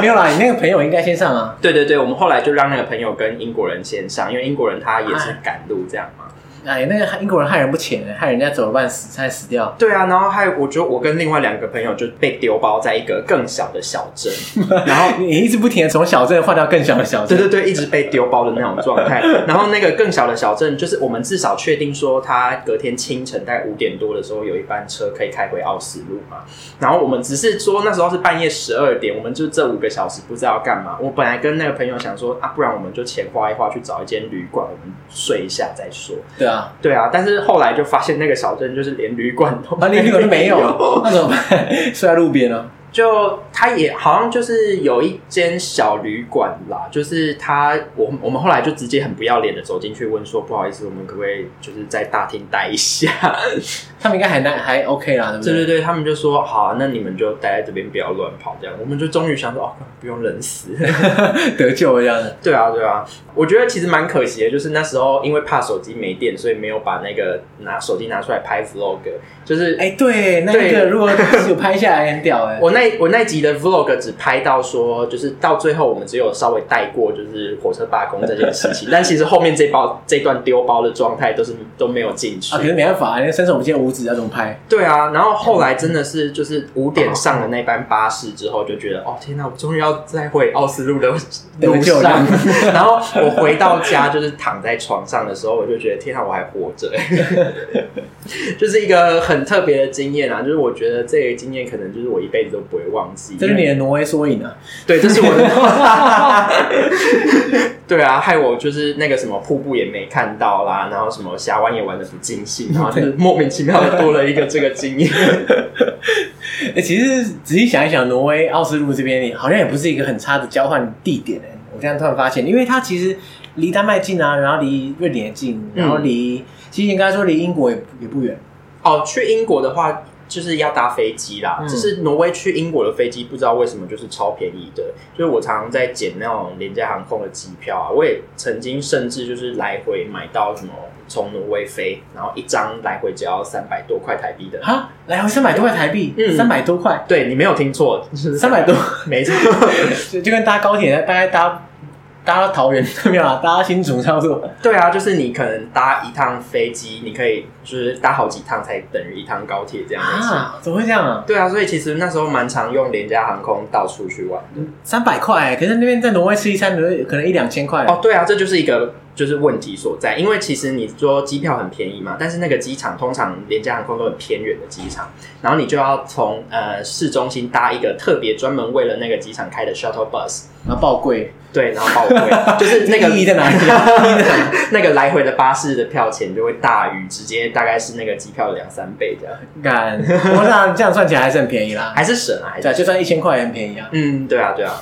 Speaker 1: 没有啦，你那个朋友应该先上啊。
Speaker 2: 对对对，我们后来就让那个朋友跟英国人先上，因为英国人他也是赶路这样嘛。
Speaker 1: 哎，那个英国人害人不浅、欸害人家走了半死，差点死掉。
Speaker 2: 对啊，然后还有我觉得我跟另外两个朋友就被丢包在一个更小的小 <laughs> 镇，然后
Speaker 1: 你一直不停的从小镇换到更小的小
Speaker 2: 对
Speaker 1: 镇，
Speaker 2: 对对，一直被丢包的那种状态。然后那个更小的小镇，就是我们至少确定说，它隔天清晨大概五点多的时候有一班车可以开回奥斯陆嘛。然后我们只是说那时候是半夜十二点，我们就这五个小时不知道要干嘛。我本来跟那个朋友想说啊，不然我们就钱花一花去找一间旅馆，我们睡一下再说。
Speaker 1: 对啊，
Speaker 2: 对啊，但是后来就发现那个小镇就是连旅馆都
Speaker 1: 啊，连旅馆都
Speaker 2: <laughs>
Speaker 1: 没有，那怎么办？ <laughs> 睡在路边哦。
Speaker 2: 就他也好像就是有一间小旅馆啦，就是他我我们后来就直接很不要脸的走进去问说，不好意思，我们可不可以就是在大厅待一下？
Speaker 1: <laughs> 他们应该还难还 OK 啦，对不
Speaker 2: 对对
Speaker 1: 对？
Speaker 2: 对，他们就说好、啊，那你们就待在这边，不要乱跑这样。我们就终于想说，哦，不用冷死。 <laughs>
Speaker 1: 得救了这样子。
Speaker 2: 对啊，对啊，我觉得其实蛮可惜的，就是那时候因为怕手机没电，所以没有把那个拿手机拿出来拍 vlog，就是
Speaker 1: 哎、对，那
Speaker 2: 对
Speaker 1: 个如果有拍下来很屌哎、
Speaker 2: 我那我那集的 vlog 只拍到说，就是到最后我们只有稍微带过就是火车罢工这件事情，但其实后面这包这段丢包的状态都是都没有进去。
Speaker 1: 啊，可是没办法，人家伸手不见五指，要怎么拍？
Speaker 2: 对啊，然后后来真的是就是五点上的那班巴士之后，就觉得哦天哪，我终于要再回奥斯陆的路
Speaker 1: 得救
Speaker 2: 上
Speaker 1: 了。
Speaker 2: 然后我回到家就是躺在床上的时候，我就觉得天哪，我还活着， <laughs> 就是一个很特别的经验啊！就是我觉得这个经验可能就是我一辈子都不会忘记。
Speaker 1: 这是你的挪威缩影啊！
Speaker 2: 对，这是我
Speaker 1: <laughs>
Speaker 2: 的。对啊，害我就是那个什么瀑布也没看到啦，然后什么峡湾也玩的不尽兴，然后就是莫名其妙的多了一个这个经验。
Speaker 1: <laughs> 哎、其实仔细想一想，挪威奥斯陆这边好像也不是一个很差的交换地点哎、我这样突然发现，因为它其实离丹麦近啊，然后离瑞典也近，然后离、其实应该说离英国也不也不远。
Speaker 2: 哦，去英国的话。就是要搭飞机啦，
Speaker 1: 嗯
Speaker 2: 只是挪威去英国的飞机不知道为什么就是超便宜的，就是我常常在捡那种廉价航空的机票啊，我也曾经甚至就是来回买到什么从挪威飞，然后一张来回只要三百多块台币的，
Speaker 1: 哈，来回三百多块台币，
Speaker 2: 嗯
Speaker 1: 三百多块，
Speaker 2: 对你没有听错，就是
Speaker 1: 三百多，<laughs>
Speaker 2: 没错，
Speaker 1: 就就跟搭高铁大概搭搭到桃园没 <laughs> 有啦，啊搭到新竹差不多。
Speaker 2: 对啊，就是你可能搭一趟飞机，你可以就是搭好几趟才等于一趟高铁这样子。
Speaker 1: 啊，怎么会这样啊？
Speaker 2: 对啊，所以其实那时候蛮常用廉价航空到处去玩的。
Speaker 1: 三百块欸，可是那边在挪威吃一餐可能一两千块
Speaker 2: 哦，对啊，这就是一个就是问题所在，因为其实你说机票很便宜嘛，但是那个机场通常廉价航空都很偏远的机场，然后你就要从呃市中心搭一个特别专门为了那个机场开的 shuttle bus，
Speaker 1: 啊，爆贵，
Speaker 2: 对，然后报 <laughs> 贵，就是那个
Speaker 1: 意义在哪里？
Speaker 2: 啊 <laughs> 那个来回的巴士的票钱就会大于直接大概是那个机票的两三倍这样，
Speaker 1: 干，我想这样算起来还是很便宜啦。
Speaker 2: 还是省啊，还是
Speaker 1: 对啊，就算一千块也很便宜啊。
Speaker 2: 嗯，对啊，对啊，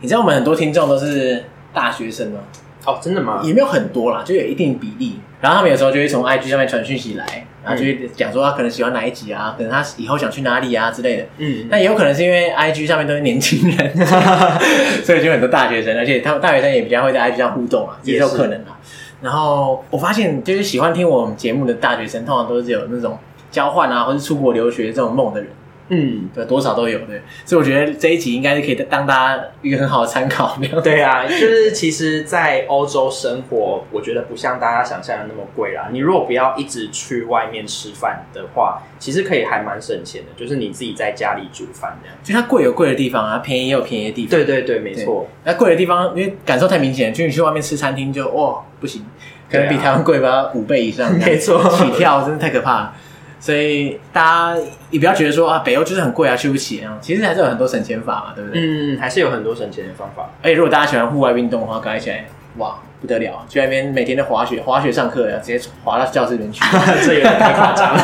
Speaker 1: 你知道我们很多听众都是大学生吗？
Speaker 2: 哦，真的吗？
Speaker 1: 也没有很多啦，就有一定比例。然后他们有时候就会从 IG 上面传讯息来，然后就会讲说他可能喜欢哪一集啊，可能他以后想去哪里啊之类的。
Speaker 2: 嗯，
Speaker 1: 但也有可能是因为 IG 上面都是年轻人，
Speaker 2: <laughs>
Speaker 1: 所以就很多大学生，而且他们大学生也比较会在 IG 上互动啊，也
Speaker 2: 也
Speaker 1: 是
Speaker 2: 是
Speaker 1: 有可能啊。然后我发现，就是喜欢听我们节目的大学生，通常都是有那种交换啊，或是出国留学这种梦的人，
Speaker 2: 嗯，
Speaker 1: 对，多少都有对。所以我觉得这一集应该是可以当大家一个很好的参考。这样
Speaker 2: 对啊，就是其实，在欧洲生活，我觉得不像大家想象的那么贵啦。你如果不要一直去外面吃饭的话，其实可以还蛮省钱的，就是你自己在家里煮饭这样。
Speaker 1: 就它贵有贵的地方啊，便宜也有便宜的地方。
Speaker 2: 对对对，没错。
Speaker 1: 那贵的地方，因为感受太明显，就你去外面吃餐厅就哇不行，可能比
Speaker 2: 对啊
Speaker 1: 台湾贵吧五倍以
Speaker 2: <laughs>
Speaker 1: 上，
Speaker 2: 没错
Speaker 1: 起跳真的太可怕了。所以大家也不要觉得说啊，北欧就是很贵啊，去不起啊，其实还是有很多省钱法嘛，对不对？
Speaker 2: 嗯，还是有很多省钱的方 <laughs> 法。
Speaker 1: 而且如果大家喜欢户外运动的话，搞起来哇不得了，啊去那边每天都滑雪，滑雪上课，然后直接滑到教室里
Speaker 2: <laughs>
Speaker 1: 面去，
Speaker 2: 这有点太夸张了。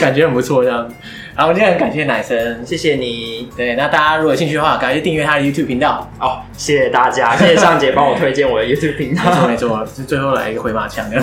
Speaker 1: 感觉很不错这样。然后今天很感谢奶生，
Speaker 2: 谢谢你
Speaker 1: 对，那大家如果有兴趣的话，赶快去订阅他的 YouTube 频道。
Speaker 2: 哦，谢谢大家，谢谢
Speaker 1: <laughs>
Speaker 2: 尚杰帮我推荐我的 YouTube 频
Speaker 1: 没错
Speaker 2: 道。
Speaker 1: 没错，是最后来一个回马枪的。